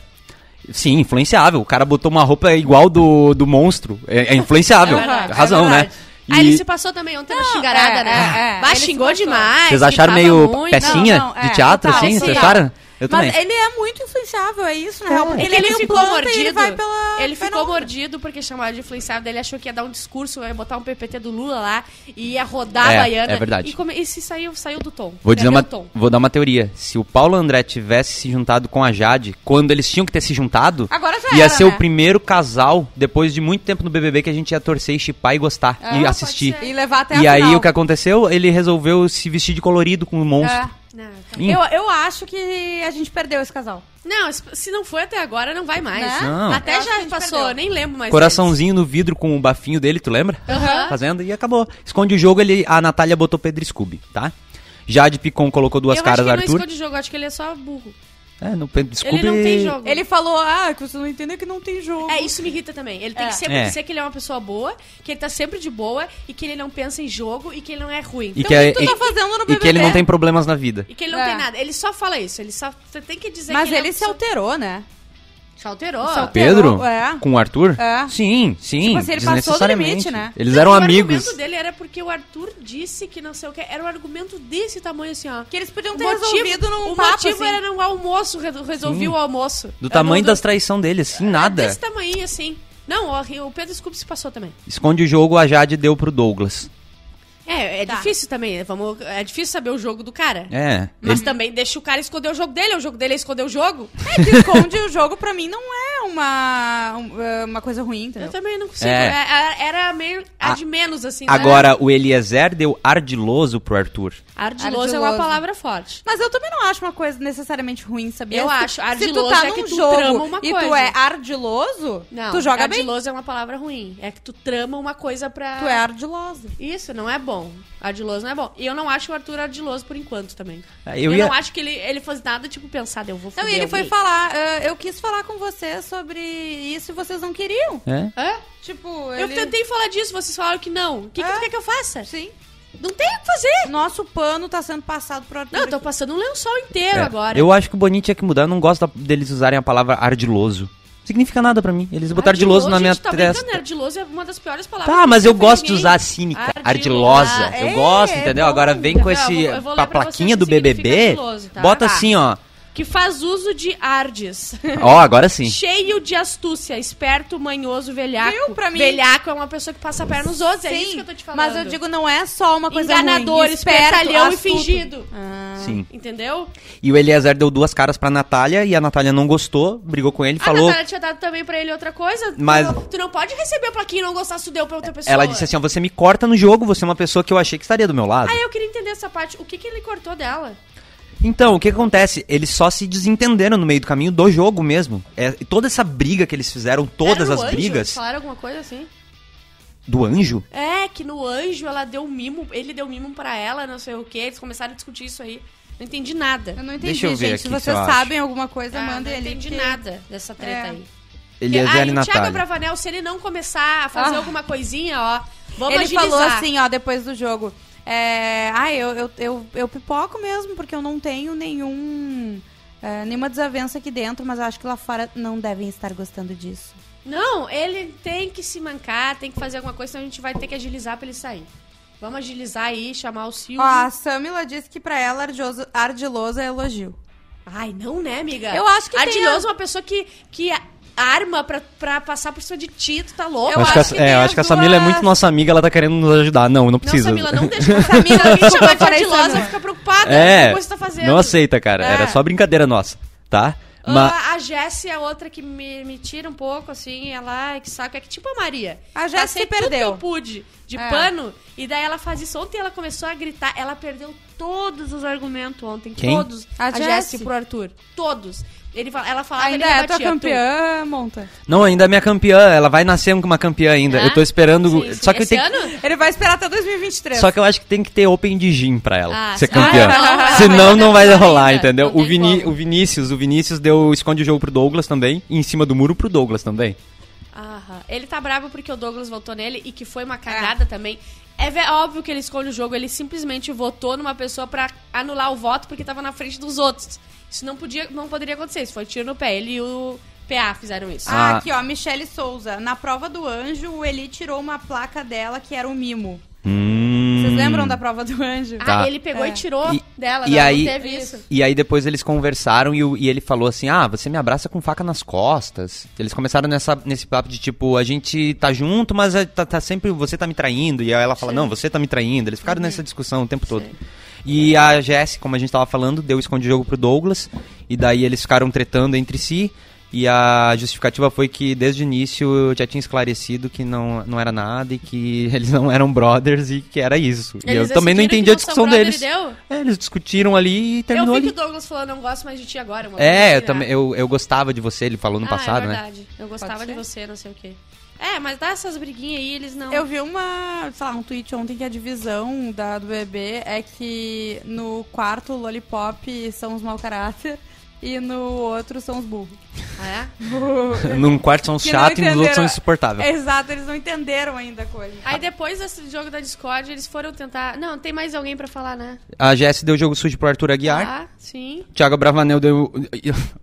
Speaker 4: Sim, influenciável. O cara botou uma roupa igual do, do monstro. É, é influenciável.
Speaker 3: É verdade,
Speaker 4: Tem razão,
Speaker 3: é
Speaker 4: né?
Speaker 3: verdade.
Speaker 4: E
Speaker 3: Aí ele se passou também ontem na xingarada,
Speaker 2: é,
Speaker 3: né?
Speaker 2: é, é.
Speaker 3: Mas
Speaker 2: Ele se
Speaker 3: xingou
Speaker 2: passou.
Speaker 3: demais.
Speaker 4: vocês acharam
Speaker 3: gritava
Speaker 4: meio
Speaker 3: muito.
Speaker 4: pecinha
Speaker 2: Não, não,
Speaker 4: de
Speaker 2: é,
Speaker 4: teatro,
Speaker 2: total,
Speaker 4: assim?
Speaker 2: sim.
Speaker 4: Vocês acharam? Eu também.
Speaker 2: Mas ele é muito influenciável, é isso, na real? Porque
Speaker 3: É que
Speaker 2: ele,
Speaker 3: ele
Speaker 2: é um
Speaker 3: ficou
Speaker 2: planta e
Speaker 3: mordido.
Speaker 2: ele vai pela... vai
Speaker 3: Ele ficou
Speaker 2: na onda.
Speaker 3: mordido porque chamaram de influenciado. Ele achou que ia dar um discurso, ia botar um PPT do Lula lá e ia rodar
Speaker 4: É,
Speaker 3: a Baiana.
Speaker 4: é verdade.
Speaker 3: E, come- e se saiu, saiu do tom.
Speaker 4: Vou,
Speaker 3: Perdeu
Speaker 4: dizer uma,
Speaker 3: o tom.
Speaker 4: vou dar uma teoria. Se o Paulo André tivesse se juntado com a Jade, quando eles tinham que ter se juntado,
Speaker 3: Ah,
Speaker 2: Agora já
Speaker 4: ia
Speaker 2: era,
Speaker 4: ser
Speaker 2: né?
Speaker 4: o primeiro casal, depois de muito tempo no BBB, que a gente ia torcer e chipar e gostar
Speaker 3: Ah,
Speaker 4: e
Speaker 3: pode
Speaker 4: assistir.
Speaker 3: ser.
Speaker 2: E levar até
Speaker 4: E
Speaker 2: a
Speaker 4: aí
Speaker 2: final.
Speaker 4: o que aconteceu? Ele resolveu se vestir de colorido com o monstro.
Speaker 3: Não, tá.
Speaker 4: Ih,
Speaker 2: É. Eu, eu acho que a gente perdeu esse casal.
Speaker 3: Não, es- se não foi até agora, não vai mais.
Speaker 2: Né?
Speaker 4: Não.
Speaker 2: Eu
Speaker 3: Até
Speaker 2: acho que a
Speaker 3: já
Speaker 2: gente
Speaker 3: passou,
Speaker 2: perdeu.
Speaker 3: nem lembro mais.
Speaker 4: Coraçãozinho no vidro com o bafinho dele, tu lembra? Tá
Speaker 3: deles. Aham.
Speaker 4: Fazendo e acabou. Esconde o jogo, ele, a Natália botou Pedro Scooby, tá? Jade Picon colocou duas
Speaker 3: eu acho
Speaker 4: caras
Speaker 3: que ele
Speaker 4: Arthur.
Speaker 3: não esconde jogo, acho que ele é só burro.
Speaker 4: É, no Pedro Scooby.
Speaker 3: Ele não tem jogo.
Speaker 2: Ele falou, ah, que você não entende que não tem jogo.
Speaker 3: É, isso me irrita também. Ele tem que sempre
Speaker 4: É.
Speaker 3: dizer que ele é uma pessoa boa, que ele tá sempre de boa e que ele não pensa em jogo e que ele não é ruim.
Speaker 4: E
Speaker 3: Então,
Speaker 4: que, é-
Speaker 2: o que tu tá fazendo no
Speaker 4: e que ele
Speaker 2: BBB?
Speaker 4: não tem problemas na vida.
Speaker 3: E que ele não
Speaker 2: É.
Speaker 3: tem nada. Ele só fala isso. Ele só você tem que dizer
Speaker 2: Mas
Speaker 3: que
Speaker 2: ele se
Speaker 3: é uma pessoa-
Speaker 2: alterou, né?
Speaker 3: se alterou.
Speaker 2: se alterou.
Speaker 4: Pedro?
Speaker 2: É.
Speaker 4: Com o Arthur?
Speaker 2: É.
Speaker 4: Sim, sim.
Speaker 2: Tipo assim, ele passou do
Speaker 4: desnecessariamente.
Speaker 2: limite, né?
Speaker 4: Eles
Speaker 3: Não,
Speaker 4: eram
Speaker 3: o
Speaker 4: amigos.
Speaker 3: argumento dele era porque o Arthur disse que não sei o que. Era um argumento desse tamanho assim, ó.
Speaker 2: Que eles podiam
Speaker 3: O
Speaker 2: ter
Speaker 3: motivo-
Speaker 2: resolvido num
Speaker 3: o
Speaker 2: papo,
Speaker 3: motivo
Speaker 2: assim.
Speaker 3: era no almoço, re- resolvi
Speaker 4: Sim.
Speaker 3: o almoço.
Speaker 4: Do
Speaker 3: Eu
Speaker 4: tamanho
Speaker 3: não-
Speaker 4: das traição dele, assim, nada.
Speaker 3: Desse tamanho, assim. Não, o, o Pedro Scooby se passou também.
Speaker 4: Esconde o jogo, a Jade deu pro Douglas.
Speaker 3: É, é
Speaker 2: Tá.
Speaker 3: difícil também. né? Vamos, é difícil saber o jogo do cara.
Speaker 4: É.
Speaker 3: Mas
Speaker 4: ele-
Speaker 3: também deixa o cara esconder o jogo dele. O jogo dele é esconder o jogo.
Speaker 2: É que esconde o jogo, pra mim, não é uma, um- uma coisa ruim,
Speaker 3: Eu
Speaker 2: entendeu?
Speaker 3: também não consigo.
Speaker 4: É.
Speaker 3: É, é, Era meio. A
Speaker 4: A-
Speaker 3: de menos, assim. né?
Speaker 4: Agora, o Eliezer deu ardiloso pro Arthur.
Speaker 3: Ardiloso é uma
Speaker 2: Ardiloso.
Speaker 3: palavra forte.
Speaker 2: Mas eu também não acho uma coisa necessariamente ruim, sabia?
Speaker 3: Eu
Speaker 2: Se-
Speaker 3: acho.
Speaker 2: Se tu
Speaker 3: Ardiloso
Speaker 2: tá
Speaker 3: é
Speaker 2: num
Speaker 3: que tu
Speaker 2: jogo
Speaker 3: trama uma
Speaker 2: e tu
Speaker 3: coisa.
Speaker 2: é ardiloso,
Speaker 3: Não,
Speaker 2: tu joga bem.
Speaker 3: ardiloso é uma palavra ruim. É que tu trama uma coisa pra.
Speaker 2: Tu é ardiloso.
Speaker 3: Isso, não é bom. Ardiloso não é bom. E eu não acho o Arthur ardiloso por enquanto também.
Speaker 4: É,
Speaker 3: Eu,
Speaker 4: eu ia-
Speaker 3: não acho que ele, ele fosse nada, tipo, pensado, eu vou
Speaker 2: Não,
Speaker 3: fazer.
Speaker 2: e ele foi falar, "Ah, eu quis falar com vocês sobre isso e vocês não queriam.
Speaker 4: É.
Speaker 3: Hã?
Speaker 2: Tipo,
Speaker 3: Eu
Speaker 2: ele...
Speaker 3: tentei falar disso, vocês falaram que não. O que, que
Speaker 2: É.
Speaker 3: tu quer que eu faça?
Speaker 2: Sim.
Speaker 3: Não tem o que fazer.
Speaker 2: Nosso pano tá sendo passado pro Arthur.
Speaker 3: Não, eu tô
Speaker 2: aqui.
Speaker 3: passando um lençol inteiro
Speaker 4: É,
Speaker 3: agora.
Speaker 4: Eu acho que o Boninho tinha que mudar. Eu não gosto da- deles usarem a palavra ardiloso. Significa nada pra mim. Eles botaram ardiloso, na minha
Speaker 3: gente, tá
Speaker 4: testa.
Speaker 3: brincando, Ardiloso é uma das piores palavras.
Speaker 4: Tá,
Speaker 3: que
Speaker 4: mas
Speaker 3: tem
Speaker 4: eu
Speaker 3: pra
Speaker 4: gosto de
Speaker 3: ninguém.
Speaker 4: usar cínica,
Speaker 3: Ardiloso.
Speaker 4: ardilosa.
Speaker 2: Ah,
Speaker 4: eu
Speaker 2: é,
Speaker 4: gosto,
Speaker 2: é
Speaker 4: entendeu?
Speaker 2: bom.
Speaker 4: Agora vem com
Speaker 3: Não,
Speaker 4: esse
Speaker 3: então eu vou- eu vou
Speaker 4: pra
Speaker 3: ler pra vocês
Speaker 4: plaquinha
Speaker 3: o
Speaker 4: do
Speaker 3: que significa
Speaker 4: BBB.
Speaker 3: ardiloso, tá?
Speaker 4: Bota
Speaker 3: Tá.
Speaker 4: assim, ó.
Speaker 3: Que faz uso de ardes.
Speaker 4: Ó, agora sim.
Speaker 3: Cheio de astúcia, esperto, manhoso, velhaco.
Speaker 2: Viu? Pra mim-
Speaker 3: Velhaco é uma pessoa que passa a perna nos outros, é
Speaker 2: Sim,
Speaker 3: isso que eu tô te falando.
Speaker 2: Mas eu digo, não é só uma coisa
Speaker 3: enganador,
Speaker 2: ruim. Esperto,
Speaker 3: espertalhão e
Speaker 2: astuto. É.
Speaker 3: fingido.
Speaker 4: Sim.
Speaker 3: Entendeu?
Speaker 4: E o Eliezer deu duas caras pra Natália e a Natália não gostou, brigou com ele, falou.
Speaker 3: A Ah, Natália tinha dado também pra ele outra coisa.
Speaker 4: Mas-
Speaker 3: Tu não, tu não pode receber a plaquinha e não gostar se tu deu pra outra pessoa.
Speaker 4: Ela disse assim: ó, você me corta no jogo, você é uma pessoa que eu achei que estaria do meu lado.
Speaker 3: Ah, eu queria entender essa parte. O que que ele cortou dela?
Speaker 4: Então, o que acontece? Eles só se desentenderam no meio do caminho do jogo mesmo. É, e toda essa briga que eles fizeram, todas
Speaker 3: Era no
Speaker 4: as
Speaker 3: anjo?
Speaker 4: brigas
Speaker 3: Falaram alguma coisa assim?
Speaker 4: do anjo,
Speaker 3: É, que no anjo ela deu um mimo, ele deu um mimo pra ela, não sei o que, eles começaram a discutir isso aí. Não entendi
Speaker 2: Eu
Speaker 3: nada.
Speaker 2: não entendi,
Speaker 4: Deixa eu ver
Speaker 2: gente.
Speaker 4: aqui
Speaker 2: Se
Speaker 4: que
Speaker 2: vocês
Speaker 4: eu acho.
Speaker 2: sabem alguma coisa,
Speaker 3: Ah,
Speaker 2: mandem
Speaker 3: não
Speaker 2: ali.
Speaker 3: entendi
Speaker 2: porque-
Speaker 3: nada dessa treta
Speaker 2: É.
Speaker 3: aí.
Speaker 4: Eliezer
Speaker 3: aí
Speaker 4: e
Speaker 3: o Thiago
Speaker 4: Natália.
Speaker 3: Bravanel, se ele não começar a fazer
Speaker 2: Ah.
Speaker 3: alguma coisinha, ó, vamos
Speaker 2: Ele
Speaker 3: agilizar.
Speaker 2: falou assim, ó, depois do jogo. É, ah, eu, eu, eu, eu pipoco mesmo, porque eu não tenho nenhum. é, nenhuma desavença aqui dentro, mas eu acho que lá fora não devem estar gostando disso.
Speaker 3: Não, ele tem que se mancar, tem que fazer alguma coisa, senão a gente vai ter que agilizar pra ele sair. Vamos agilizar aí, chamar o Silvio.
Speaker 2: Ó, a Samila disse que pra ela ardiloso, ardiloso é elogio.
Speaker 3: Ai, não, né, amiga?
Speaker 2: Eu acho que tem
Speaker 3: Ardiloso é uma pessoa que, que arma pra, pra passar por cima de ti, tu tá louco.
Speaker 4: Eu acho que, essa- é, eu acho que a Samila é muito nossa amiga, ela tá querendo nos ajudar. Não, não
Speaker 3: Não,
Speaker 4: precisa.
Speaker 3: Samila, não deixa essa amiga alguém chamar de
Speaker 2: Desculpa,
Speaker 3: ardilosa,
Speaker 2: Samila.
Speaker 3: fica preocupada com
Speaker 4: é,
Speaker 3: o que você tá fazendo.
Speaker 4: não aceita, cara.
Speaker 3: É.
Speaker 4: Era só brincadeira nossa, tá? Mas
Speaker 3: Ah, a Jessie é outra que me, me tira um pouco, assim, ela, ai, que saco, é que tipo a Maria.
Speaker 2: A Jessie
Speaker 3: Passei
Speaker 2: se perdeu.
Speaker 3: tudo que eu pude de
Speaker 2: É.
Speaker 3: pano, e daí ela faz isso. Ontem ela começou a gritar, ela perdeu todos os argumentos ontem,
Speaker 4: Quem?
Speaker 3: todos.
Speaker 2: A
Speaker 3: A,
Speaker 2: Jessie.
Speaker 3: Jessie pro Arthur, todos. Ele, fa- ela falava,
Speaker 2: Ainda
Speaker 3: ele
Speaker 2: é tua
Speaker 3: rebatia,
Speaker 2: campeã, monta.
Speaker 4: não, ainda é minha campeã, ela vai nascer com uma campeã ainda.
Speaker 3: Ah,
Speaker 4: eu tô
Speaker 3: tu.
Speaker 4: esperando.
Speaker 3: Sim, sim.
Speaker 4: Só que eu
Speaker 3: Esse
Speaker 4: tenho-
Speaker 3: ano?
Speaker 2: Ele vai esperar até 2023.
Speaker 4: Só que eu acho que tem que ter open de gym pra ela
Speaker 3: Ah,
Speaker 4: ser
Speaker 3: sim.
Speaker 4: campeã.
Speaker 3: Ah, não,
Speaker 4: Senão
Speaker 3: vai
Speaker 4: não
Speaker 3: dar
Speaker 4: vai
Speaker 3: nada
Speaker 4: rolar,
Speaker 3: ainda.
Speaker 4: entendeu?
Speaker 3: Não
Speaker 4: O,
Speaker 3: tem
Speaker 4: Vini-
Speaker 3: como.
Speaker 4: o Vinícius, o Vinícius deu esconde o jogo pro Douglas também, e em cima do muro pro Douglas também.
Speaker 3: Aham. Ele tá bravo porque o Douglas votou nele e que foi uma cagada também. É ve- óbvio que ele escolhe o jogo, ele simplesmente votou numa pessoa pra anular o voto porque tava na frente dos outros. Isso não podia, não poderia acontecer, isso foi tiro no pé. Ele e o PA fizeram isso.
Speaker 2: Ah,
Speaker 4: Ah.
Speaker 2: aqui, ó, Michele Souza. Na prova do anjo, o Eli tirou uma placa dela que era um mimo.
Speaker 4: Hum.
Speaker 2: Vocês lembram da prova do anjo?
Speaker 3: Ah,
Speaker 4: Tá.
Speaker 3: ele pegou e tirou
Speaker 4: E-
Speaker 3: dela,
Speaker 4: e
Speaker 3: não,
Speaker 4: aí-
Speaker 3: não teve isso.
Speaker 4: E aí depois eles conversaram e, o- e ele falou assim: Ah, você me abraça com faca nas costas. Eles começaram nessa, nesse papo de tipo, a gente tá junto, mas é- tá, tá sempre. Você tá me traindo. E aí ela fala, não, você tá me traindo. Eles
Speaker 3: Uhum.
Speaker 4: ficaram nessa discussão o tempo todo. E a Jess, como a gente tava falando, deu esconde-jogo pro Douglas. E daí eles ficaram tretando entre si. E a justificativa foi que desde o início eu já tinha esclarecido que não, não era nada e que eles não eram brothers e que era isso. e eu
Speaker 3: Eles
Speaker 4: também não
Speaker 3: decidiram
Speaker 4: entendi
Speaker 3: que
Speaker 4: a
Speaker 3: não são
Speaker 4: discussão
Speaker 3: brother e
Speaker 4: deles.
Speaker 3: deu?
Speaker 4: É, eles discutiram ali e
Speaker 3: Eu
Speaker 4: terminou
Speaker 3: vi
Speaker 4: ali.
Speaker 3: que o Douglas falou, não gosto mais de ti agora. uma coisa
Speaker 4: É,
Speaker 3: assim,
Speaker 4: eu, também,
Speaker 3: né?
Speaker 4: eu, eu gostava de você, ele falou no
Speaker 3: ah,
Speaker 4: passado,
Speaker 3: é
Speaker 4: né?
Speaker 3: verdade. Eu gostava
Speaker 2: Pode
Speaker 3: de
Speaker 2: ser.
Speaker 3: você, não sei o quê. É, mas dá essas briguinhas aí, eles não...
Speaker 2: Eu vi uma, sei lá, um tweet ontem que a divisão da, do bebê é que no quarto o lollipop são os mau caráter e no outro são os burros.
Speaker 3: Ah, é?
Speaker 4: Num quarto são os
Speaker 2: Que não
Speaker 4: chatos e nos outros
Speaker 2: entenderam.
Speaker 4: são insuportáveis.
Speaker 2: Exato, eles não entenderam ainda a coisa.
Speaker 3: Aí depois desse jogo da Discord, eles foram tentar... Não, tem mais alguém pra falar, né?
Speaker 4: A Jess deu jogo sujo pro Arthur Aguiar.
Speaker 3: Ah, sim.
Speaker 4: Thiago Bravanel deu.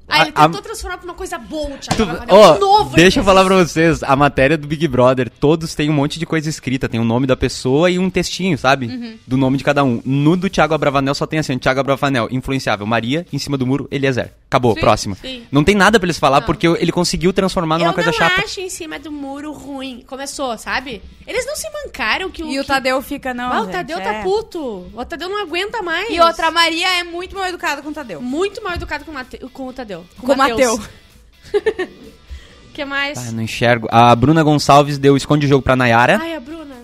Speaker 3: Ah, ele
Speaker 4: a-
Speaker 3: tentou transformar pra uma coisa boa, o Thiago.
Speaker 4: Tu-
Speaker 3: Bravanel.
Speaker 4: ó,
Speaker 3: De novo, ele
Speaker 4: deixa eu
Speaker 3: fez
Speaker 4: falar
Speaker 3: isso.
Speaker 4: pra vocês, a matéria do Big Brother, todos têm um monte de coisa escrita, tem o nome da pessoa e um textinho, sabe?
Speaker 3: Uhum.
Speaker 4: Do nome de cada um. No do Thiago Abravanel só tem assim, Thiago Abravanel, influenciável, Maria, em cima do muro, Eliezer. Acabou,
Speaker 2: Sim,
Speaker 4: próximo.
Speaker 3: sim.
Speaker 4: Não tem nada pra eles falar, porque ele conseguiu transformar numa
Speaker 3: eu
Speaker 4: coisa
Speaker 3: não
Speaker 4: chata.
Speaker 3: acho em cima do muro ruim. Começou, sabe? Eles não se mancaram que o...
Speaker 2: E o
Speaker 3: que-
Speaker 2: Tadeu fica, não.
Speaker 3: Ah, o
Speaker 2: gente,
Speaker 3: Tadeu
Speaker 2: é.
Speaker 3: tá puto. O Tadeu não aguenta mais.
Speaker 2: E outra, a Maria é muito mal educada com o Tadeu.
Speaker 3: Muito mal educado com o, Mate... com o Tadeu.
Speaker 2: Com o Mateu.
Speaker 3: O que mais?
Speaker 4: Ah, não enxergo. A Bruna Gonçalves deu esconde jogo pra Nayara.
Speaker 3: Ai, a Bruna.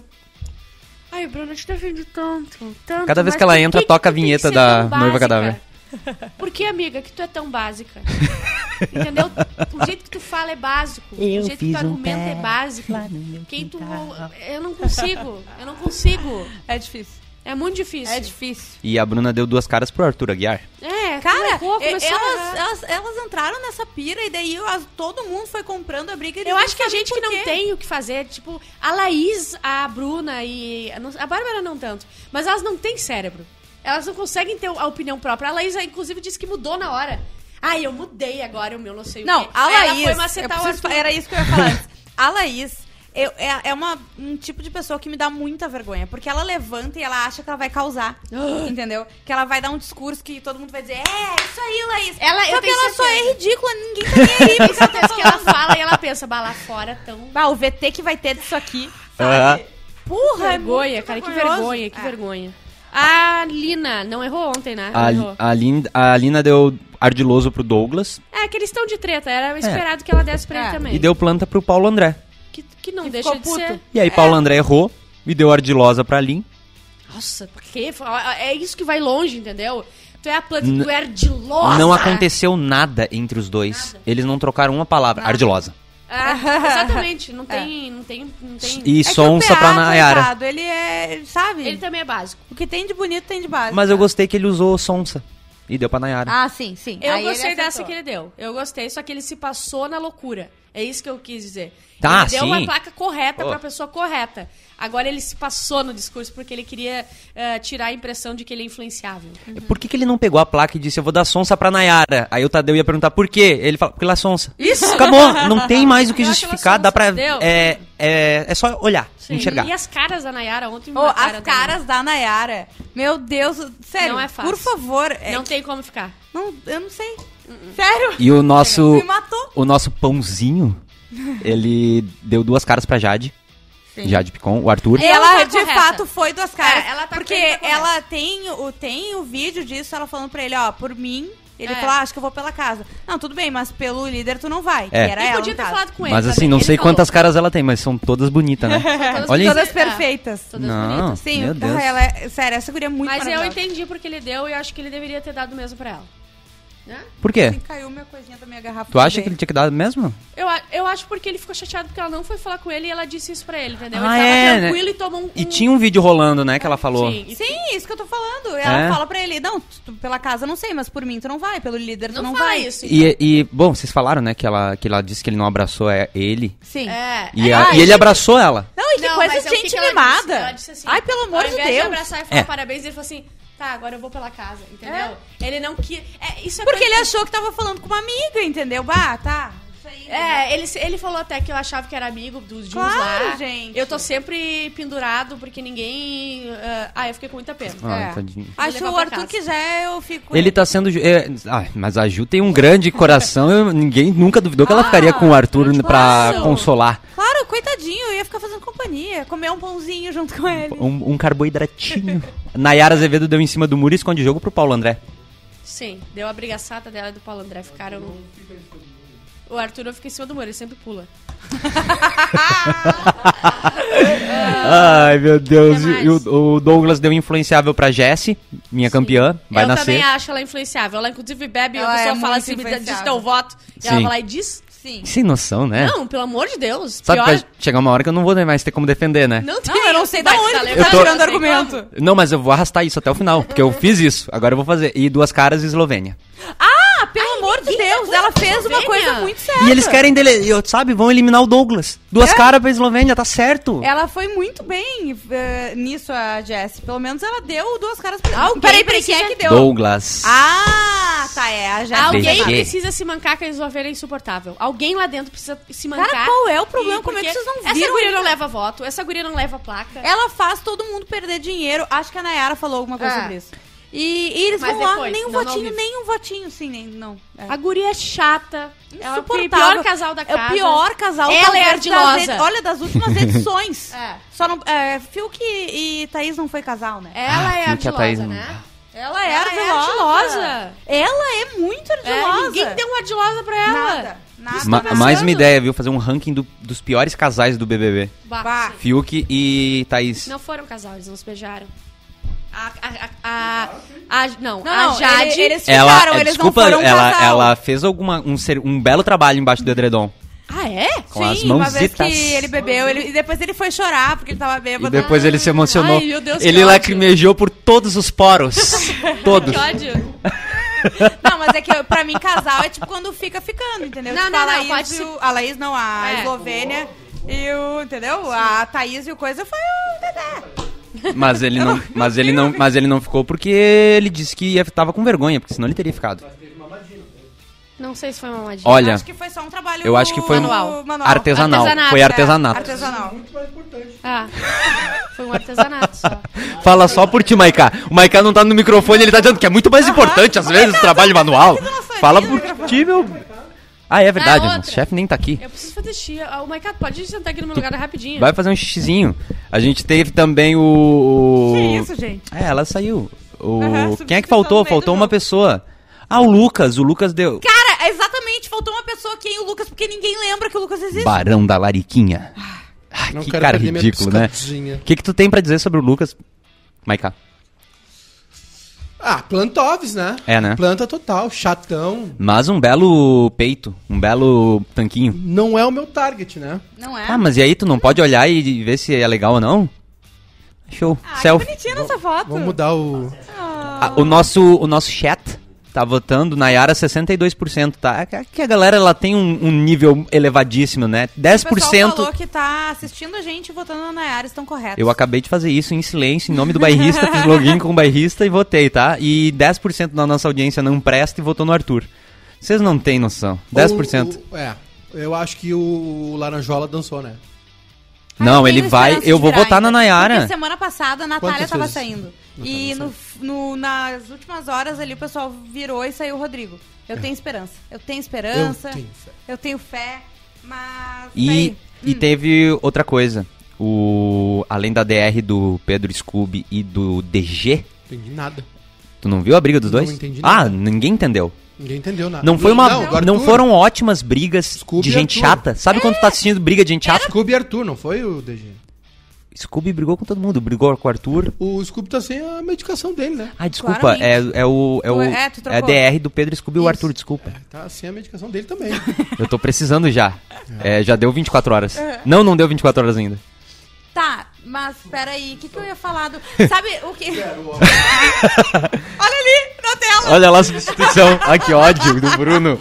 Speaker 3: Ai, a Bruna, eu te defende tanto, tanto.
Speaker 4: Cada vez
Speaker 3: mas
Speaker 4: que ela
Speaker 3: por
Speaker 4: entra,
Speaker 3: tu
Speaker 4: toca a
Speaker 3: tem que
Speaker 4: vinheta
Speaker 3: ser
Speaker 4: da
Speaker 3: tão
Speaker 4: Noiva
Speaker 3: básica?
Speaker 4: Cadáver.
Speaker 3: Por que, amiga, que tu é tão básica? Entendeu? O jeito que tu fala é básico. o jeito
Speaker 2: um
Speaker 3: que tu argumenta é básico. Quem tu. Eu não consigo. Eu não consigo.
Speaker 2: É difícil.
Speaker 3: É muito difícil.
Speaker 2: É difícil.
Speaker 4: E a Bruna deu duas caras pro Arthur Aguiar.
Speaker 3: É,
Speaker 2: Cara,
Speaker 3: colocou,
Speaker 2: e-
Speaker 3: começou a
Speaker 2: elas,
Speaker 3: errar.
Speaker 2: elas, elas entraram nessa pira e daí as- todo mundo foi comprando a briga. e
Speaker 3: Eu
Speaker 2: ninguém
Speaker 3: acho que a
Speaker 2: sabe
Speaker 3: gente que
Speaker 2: por
Speaker 3: não
Speaker 2: quê.
Speaker 3: tem o que fazer, tipo, a Laís, a Bruna e. A não- a Bárbara não tanto, mas elas não têm cérebro. Elas não conseguem ter a opinião própria. A Laís, inclusive, disse que mudou na hora. Ai, eu mudei agora o meu, não sei o
Speaker 2: Não,
Speaker 3: quê.
Speaker 2: a
Speaker 3: Aí
Speaker 2: Laís.
Speaker 3: Ela foi
Speaker 2: eu
Speaker 3: macetar o
Speaker 2: preciso
Speaker 3: Arthur.
Speaker 2: fa- era isso que eu ia falar antes. A Laís. eu- é é uma, um tipo de pessoa que me dá muita vergonha, porque ela levanta e ela acha que ela vai causar, entendeu? Que ela vai dar um discurso que todo mundo vai dizer, é, isso aí, Laís.
Speaker 3: Ela- eu
Speaker 2: Só que
Speaker 3: tenho
Speaker 2: ela só é
Speaker 3: certeza.
Speaker 2: ridícula, ninguém tá nem aí.
Speaker 3: Tem
Speaker 2: porque ela tá
Speaker 3: certeza que ela fala e ela pensa, bah, lá fora tão.
Speaker 2: Bah, o VT que vai ter disso aqui.
Speaker 4: Aham.
Speaker 2: Porra, é
Speaker 3: Vergonha,
Speaker 2: muito
Speaker 3: cara, que
Speaker 2: vergonhoso.
Speaker 3: vergonha, que
Speaker 2: Ah,
Speaker 3: vergonha. A Lina, não errou ontem, né? Não
Speaker 4: A,
Speaker 3: errou.
Speaker 4: a, Lin- a Lina deu ardiloso pro Douglas
Speaker 3: É, que eles estão de treta, era esperado que ela desse pra
Speaker 2: É.
Speaker 3: ele também.
Speaker 4: É. e deu planta pro Paulo André.
Speaker 3: Que, que não
Speaker 2: Que
Speaker 3: deixa de
Speaker 2: ficou
Speaker 3: ser.
Speaker 2: puto.
Speaker 4: E aí Paulo André errou e deu ardilosa pra Lin.
Speaker 3: Nossa, por quê? É isso que vai longe, entendeu? Tu é a planta, tu é ardilosa.
Speaker 4: Não aconteceu nada entre os dois. Eles não trocaram uma palavra. Ardilosa.
Speaker 3: Ah, exatamente, não tem, não tem, não tem.
Speaker 4: E
Speaker 2: É que o
Speaker 4: sonsa
Speaker 2: PA,
Speaker 4: pra Nayara.
Speaker 2: coitado, Ele é, sabe?
Speaker 3: Ele também é básico.
Speaker 2: O que tem de bonito tem de básico.
Speaker 4: Mas eu gostei que ele usou sonsa. E deu pra Nayara.
Speaker 2: Ah, sim, sim.
Speaker 3: Eu
Speaker 2: Aí ele
Speaker 3: gostei dessa
Speaker 2: acertou.
Speaker 3: que ele deu. Eu gostei, só que ele se passou na loucura. É isso que eu quis dizer.
Speaker 4: Tá,
Speaker 3: ele deu
Speaker 4: sim. Oh.
Speaker 3: uma placa correta
Speaker 4: Pô.
Speaker 3: pra pessoa correta. Agora ele se passou no discurso porque ele queria eh, tirar a impressão de que ele é influenciável.
Speaker 4: Por que, que ele não pegou a placa e disse, eu vou dar sonsa pra Nayara? Aí o Tadeu ia perguntar, por quê? Ele fala, porque ela é sonsa.
Speaker 3: Isso.
Speaker 4: Acabou, não tem mais o que
Speaker 3: Eu acho
Speaker 4: justificar,
Speaker 3: ela
Speaker 4: dá pra...
Speaker 3: sonsa, entendeu?
Speaker 4: É, é, é só olhar, enxergar.
Speaker 3: E as caras da Nayara ontem me
Speaker 2: Ô,
Speaker 3: mataram
Speaker 2: as
Speaker 3: também.
Speaker 2: caras da Nayara. Meu Deus, sério.
Speaker 3: Não é fácil.
Speaker 2: Por favor. é
Speaker 3: Não Hum,
Speaker 2: que-
Speaker 3: tem como ficar.
Speaker 2: não- eu não sei. Sério.
Speaker 4: E o nosso,
Speaker 3: é um
Speaker 2: Me matou.
Speaker 4: o nosso pãozinho, ele deu duas caras pra Jade. Jade Picon, o Arthur.
Speaker 3: É.
Speaker 2: Ela,
Speaker 3: tá
Speaker 2: de
Speaker 3: correta.
Speaker 2: fato, foi duas caras.
Speaker 3: É, ela tá
Speaker 2: porque
Speaker 3: bem, tá correta.
Speaker 2: ela tem o, tem o vídeo disso, ela falando pra ele, ó, por mim... Ele
Speaker 3: É.
Speaker 2: falou, ah, acho que eu vou pela casa. Não, tudo bem, mas pelo líder tu não vai. Que
Speaker 4: É.
Speaker 2: era
Speaker 3: E
Speaker 2: ela,
Speaker 3: podia
Speaker 2: no
Speaker 3: ter
Speaker 2: caso.
Speaker 3: falado com ele.
Speaker 4: Mas assim,
Speaker 3: também.
Speaker 4: não
Speaker 3: Ele
Speaker 4: sei
Speaker 3: falou.
Speaker 4: quantas caras ela tem, mas são todas bonitas, né?
Speaker 3: todas
Speaker 4: Olha isso.
Speaker 2: Todas
Speaker 3: É.
Speaker 2: perfeitas.
Speaker 3: Todas
Speaker 4: Não.
Speaker 3: bonitas.
Speaker 2: Sim,
Speaker 4: Meu
Speaker 2: porra,
Speaker 4: Deus.
Speaker 2: ela é... Sério, essa guria é muito
Speaker 3: Mas eu
Speaker 2: maravilhosa.
Speaker 3: entendi porque ele deu e eu acho que ele deveria ter dado mesmo pra ela. Né?
Speaker 4: Por quê?
Speaker 2: Assim, Caiu minha coisinha da minha garrafa.
Speaker 4: Tu acha que
Speaker 2: também.
Speaker 4: ele tinha que dar mesmo?
Speaker 3: Eu a- eu acho porque ele ficou chateado porque ela não foi falar com ele e ela disse isso pra ele, entendeu?
Speaker 4: Ah,
Speaker 3: ele tava
Speaker 4: é,
Speaker 3: tranquilo
Speaker 4: né?
Speaker 3: e tomou um.
Speaker 4: E tinha um vídeo rolando, né, que ela falou.
Speaker 3: Sim, e-
Speaker 2: Sim, isso que eu tô falando. Ela
Speaker 4: É?
Speaker 2: fala pra ele, não, tu- tu- pela casa eu não sei, mas por mim tu não vai, pelo líder tu
Speaker 3: Não,
Speaker 2: não,
Speaker 3: fala
Speaker 2: vai.
Speaker 3: isso. então.
Speaker 4: E, e, bom, vocês falaram, né, que ela, que ela disse que ele não abraçou é, ele.
Speaker 2: Sim.
Speaker 3: É.
Speaker 4: E,
Speaker 3: é,
Speaker 4: a-
Speaker 3: ah,
Speaker 4: e ele abraçou ela.
Speaker 2: Não, e que
Speaker 3: Não,
Speaker 2: coisa
Speaker 3: mas
Speaker 2: de
Speaker 3: é o que
Speaker 2: gente
Speaker 3: que ela
Speaker 2: mimada.
Speaker 3: disse? Ela disse assim,
Speaker 2: Ai, pelo amor
Speaker 3: ao
Speaker 2: de
Speaker 3: invés
Speaker 2: Deus.
Speaker 3: de abraçar e falar
Speaker 4: É.
Speaker 3: parabéns, ele falou assim, tá, agora eu vou pela casa, entendeu? Ele não quis... É, isso é
Speaker 2: Porque
Speaker 3: coisa-
Speaker 2: ele achou que tava falando com uma amiga, entendeu? Bah, tá. Isso aí.
Speaker 3: É, ele, se- ele falou até que eu achava que era amigo dos Jews
Speaker 2: Claro,
Speaker 3: lá.
Speaker 2: gente.
Speaker 3: Eu tô sempre pendurado porque ninguém... ah, ah, eu fiquei com muita pena.
Speaker 4: Ah,
Speaker 2: É.
Speaker 4: tadinho.
Speaker 2: Acho que
Speaker 3: levar
Speaker 2: o
Speaker 3: pra
Speaker 2: Arthur
Speaker 3: casa.
Speaker 2: quiser, eu fico. com
Speaker 4: Ele tá sendo. ju- é, ah, mas a Ju tem um grande coração. eu- ninguém nunca duvidou que ela ficaria com o Arthur
Speaker 2: claro.
Speaker 4: pra consolar.
Speaker 2: Claro, coitadinho, eu ia ficar fazendo companhia, comer um pãozinho junto com ele.
Speaker 4: Um, um carboidratinho. Nayara Azevedo deu em cima do muro e esconde jogo pro Paulo André.
Speaker 3: Sim, deu a brigaçada dela e do Paulo André. Ficaram. O Arthur não fica em cima do muro, ele sempre pula.
Speaker 4: Ai, meu Deus.
Speaker 3: que mais?
Speaker 4: E o, o Douglas deu influenciável pra Jesse, minha campeã. Vai
Speaker 3: eu
Speaker 4: nascer.
Speaker 3: também acho ela influenciável. Ela, inclusive, bebe
Speaker 2: Ela
Speaker 3: e a pessoa
Speaker 2: é
Speaker 3: fala
Speaker 2: muito
Speaker 3: assim: me dá- diz
Speaker 2: influenciável.
Speaker 3: teu voto. E ela
Speaker 4: Sim.
Speaker 3: vai lá e diz:
Speaker 2: Sim.
Speaker 4: Sem noção, né?
Speaker 3: Não, pelo amor de Deus.
Speaker 4: Sabe,
Speaker 3: pior. é
Speaker 4: vai chegar uma hora que eu não vou mais ter como defender, né?
Speaker 3: Não, tem.
Speaker 2: Não, eu não sei da
Speaker 3: Vai,
Speaker 2: onde que
Speaker 3: tá
Speaker 2: tu
Speaker 3: levando,
Speaker 2: tá
Speaker 4: tô-
Speaker 2: tirando
Speaker 3: não sei
Speaker 2: argumento.
Speaker 3: como.
Speaker 4: Não, mas eu vou arrastar isso até o final, porque eu fiz isso. Agora eu vou fazer. E duas caras e Eslovênia.
Speaker 2: Ah, pelo amor de
Speaker 3: ninguém
Speaker 2: Deus,
Speaker 3: acusa
Speaker 2: ela
Speaker 3: a
Speaker 2: fez uma
Speaker 3: Eslovênia.
Speaker 2: coisa muito certa.
Speaker 4: E eles querem dele, eu- sabe, vão eliminar o Douglas. Duas
Speaker 3: É.
Speaker 4: caras pra Eslovênia, tá certo.
Speaker 2: Ela foi muito bem eh, nisso, a Jess. Pelo menos ela deu duas caras pra.
Speaker 3: Alguém
Speaker 2: peraí, peraí, quem é
Speaker 3: precisa-
Speaker 2: que deu?
Speaker 4: Douglas.
Speaker 2: Ah, tá, é. A Jess.
Speaker 3: Alguém
Speaker 4: Beijo.
Speaker 3: precisa se mancar que a Eslovênia é insuportável. Alguém lá dentro precisa se mancar.
Speaker 2: qual é o problema?
Speaker 3: E
Speaker 2: Como é que
Speaker 3: porque
Speaker 2: vocês não
Speaker 3: Essa
Speaker 2: viram
Speaker 3: guria
Speaker 2: ainda?
Speaker 3: não leva voto, essa guria não leva placa.
Speaker 2: Ela faz todo mundo perder dinheiro. Acho que a Nayara falou alguma coisa
Speaker 3: É.
Speaker 2: sobre isso. E, e eles
Speaker 3: Mas
Speaker 2: vão lá,
Speaker 3: depois,
Speaker 2: nem um
Speaker 3: não, não
Speaker 2: votinho,
Speaker 3: vive.
Speaker 2: nem um votinho, sim, nem. Não. É.
Speaker 3: A guria é chata. Ela é o
Speaker 2: Insuportável.
Speaker 3: pior casal da casa.
Speaker 2: É o pior casal.
Speaker 3: Ela
Speaker 2: talvez,
Speaker 3: é ardilosa.
Speaker 2: das edi- olha, das últimas edições.
Speaker 3: É.
Speaker 2: Só não... É, Fiuk e, e Thaís não foi casal, né?
Speaker 3: Ela
Speaker 4: Ah,
Speaker 3: é
Speaker 4: Fiuk e a
Speaker 3: ardilosa,
Speaker 4: Thaís não dá.
Speaker 3: né?
Speaker 2: Ela é
Speaker 3: Ela é
Speaker 2: ardilosa.
Speaker 3: ardilosa.
Speaker 2: Ela é um muito ardilosa.
Speaker 3: É, ninguém deu uma ardilosa pra ela.
Speaker 2: Nada. Nada.
Speaker 4: Ma-
Speaker 3: pensando?
Speaker 4: mais uma ideia, viu? Fazer um ranking do- dos piores casais do BBB.
Speaker 3: Bah,
Speaker 2: Bah.
Speaker 3: sim.
Speaker 4: Fiuk e Thaís.
Speaker 3: Não foram casal, eles não se beijaram. A, a, a, a, a- não,
Speaker 2: Não,
Speaker 3: a
Speaker 2: não,
Speaker 3: Jade.
Speaker 2: ele- eles
Speaker 4: Ela,
Speaker 2: ficaram,
Speaker 4: é,
Speaker 2: eles
Speaker 4: desculpa,
Speaker 2: não foram um
Speaker 4: ela,
Speaker 2: casal.
Speaker 4: ela fez alguma, um, ser- um belo trabalho embaixo do edredom.
Speaker 3: Ah, é?
Speaker 2: um.
Speaker 4: Com as
Speaker 2: Sim, uma vez
Speaker 4: mãozitas.
Speaker 2: que ele bebeu, ele, e depois ele foi chorar porque ele tava
Speaker 4: E
Speaker 2: bêbado.
Speaker 4: depois ele se emocionou.
Speaker 3: Ai, meu Deus, que
Speaker 4: ele
Speaker 3: ódio.
Speaker 4: lacrimejou por todos os poros. todos.
Speaker 3: Que ódio.
Speaker 2: Não, mas é que eu- pra mim casal é tipo quando fica ficando, entendeu?
Speaker 3: Não,
Speaker 2: Tipo,
Speaker 3: não,
Speaker 2: a
Speaker 3: não,
Speaker 2: Laís
Speaker 3: pode
Speaker 2: e
Speaker 3: se-
Speaker 2: o- A Laís não, a
Speaker 3: É.
Speaker 2: Eslovênia e o... Entendeu? A Thaís e o Coisa foi o Dedé.
Speaker 4: Mas ele não, mas ele não, mas ele não ficou porque ele disse que ia, tava com vergonha, porque senão ele teria ficado.
Speaker 3: Não sei se foi uma magia.
Speaker 4: Olha,
Speaker 2: Acho que foi só um trabalho
Speaker 4: eu acho que foi um
Speaker 2: manual. manual.
Speaker 4: artesanal.
Speaker 3: Artesanato,
Speaker 4: Foi
Speaker 3: é.
Speaker 4: artesanato.
Speaker 2: Artesanal.
Speaker 3: Ah, foi um artesanato só.
Speaker 4: Fala só por ti, Maiká. O Maiká não tá no microfone, ele tá dizendo que é muito mais importante, às vezes, o trabalho manual. Fala por ti, meu. Ah, é verdade,
Speaker 3: Ah,
Speaker 4: irmão. o
Speaker 3: outra.
Speaker 4: chefe nem tá aqui.
Speaker 3: Eu preciso fazer xixi. Ah, O Maiká, pode sentar aqui no meu lugar rapidinho?
Speaker 4: Vai fazer um xixizinho. A gente teve também o.
Speaker 2: Que isso, gente?
Speaker 4: É, ela saiu. O...
Speaker 2: Aham,
Speaker 4: Quem é que
Speaker 2: substituição no
Speaker 4: faltou?
Speaker 2: meio
Speaker 4: Faltou
Speaker 2: do
Speaker 4: uma
Speaker 2: jogo.
Speaker 4: pessoa. Ah, o Lucas. O Lucas deu.
Speaker 2: Cara, é exatamente, faltou uma pessoa aqui, hein, o Lucas, porque ninguém lembra que o Lucas existe.
Speaker 4: Barão da Lariquinha. Ah,
Speaker 7: Não
Speaker 4: que
Speaker 7: quero
Speaker 4: cara
Speaker 7: perder minha
Speaker 4: ridículo, né?
Speaker 7: piscadinha.
Speaker 4: O que, que tu tem pra dizer sobre o Lucas, Maiká?
Speaker 7: Ah, plantoves, né?
Speaker 4: É, né?
Speaker 7: Planta total, chatão.
Speaker 4: Mas um belo peito, um belo tanquinho.
Speaker 7: Não é o meu target, né?
Speaker 2: Não é?
Speaker 4: Ah, mas e aí tu não pode olhar e ver se é legal ou não? Show.
Speaker 2: Ah, que
Speaker 4: Selfie.
Speaker 2: bonitinha nessa foto.
Speaker 7: Vamos mudar o.
Speaker 4: Ah, o, nosso, o nosso chat tá votando Nayara 62%, tá? É Que a galera ela tem um, um nível elevadíssimo, né?
Speaker 2: O pessoal
Speaker 4: 10%.
Speaker 2: falou que tá assistindo a gente e votando na Nayara, estão corretos.
Speaker 4: Eu acabei de fazer isso em silêncio, em nome do bairrista, fiz login com o bairrista e votei, tá? E 10% da nossa audiência não presta e votou no Arthur. Vocês não têm noção. 10%.
Speaker 7: O, o, é. Eu acho que o Laranjola dançou, né?
Speaker 2: Ah,
Speaker 4: não,
Speaker 2: eu
Speaker 4: ele
Speaker 2: tenho
Speaker 4: vai.
Speaker 2: esperança
Speaker 4: Eu
Speaker 2: de
Speaker 4: vou
Speaker 2: virar
Speaker 4: votar na
Speaker 2: ainda.
Speaker 4: Nayara.
Speaker 2: Porque semana passada a Natália
Speaker 7: Quantas
Speaker 2: tava
Speaker 7: vezes?
Speaker 2: saindo. E no, no- nas últimas horas ali o pessoal virou e saiu o Rodrigo.
Speaker 4: É.
Speaker 2: Eu tenho esperança. Eu tenho esperança.
Speaker 7: Eu tenho fé.
Speaker 2: Eu tenho fé. Mas.
Speaker 4: E, e
Speaker 2: Hum.
Speaker 4: teve outra coisa. O, além da DR do Pedro Scooby e do DG,
Speaker 7: Entendi nada.
Speaker 4: tu não viu a briga dos
Speaker 7: Não
Speaker 4: dois?
Speaker 7: entendi
Speaker 4: ah,
Speaker 7: nada.
Speaker 4: ninguém entendeu.
Speaker 7: Ninguém entendeu nada.
Speaker 4: Não foi uma.
Speaker 7: Não,
Speaker 4: Não,
Speaker 7: agora tu-
Speaker 4: foram ótimas brigas de
Speaker 7: Scooby é e
Speaker 4: gente
Speaker 7: Arthur.
Speaker 4: chata. Sabe quando tu tá assistindo briga de gente chata?
Speaker 7: Scooby e Arthur, não foi o DG?
Speaker 4: Scooby brigou com todo mundo, brigou com o Arthur.
Speaker 7: O Scooby tá sem a medicação dele, né?
Speaker 4: Ah, desculpa, é, é o. É, o,
Speaker 2: É, tu
Speaker 4: é a
Speaker 2: trocou.
Speaker 4: DR do Pedro Scooby e o Arthur, desculpa.
Speaker 7: Tá sem a medicação dele também.
Speaker 4: Eu tô precisando já. É, já deu 24 horas.
Speaker 2: É.
Speaker 4: Não, não deu 24 horas ainda.
Speaker 2: Tá, mas peraí, o que, que eu ia falar do. Sabe o que. Olha ali, na tela!
Speaker 4: Olha lá a substituição. Ah, que ódio do Bruno.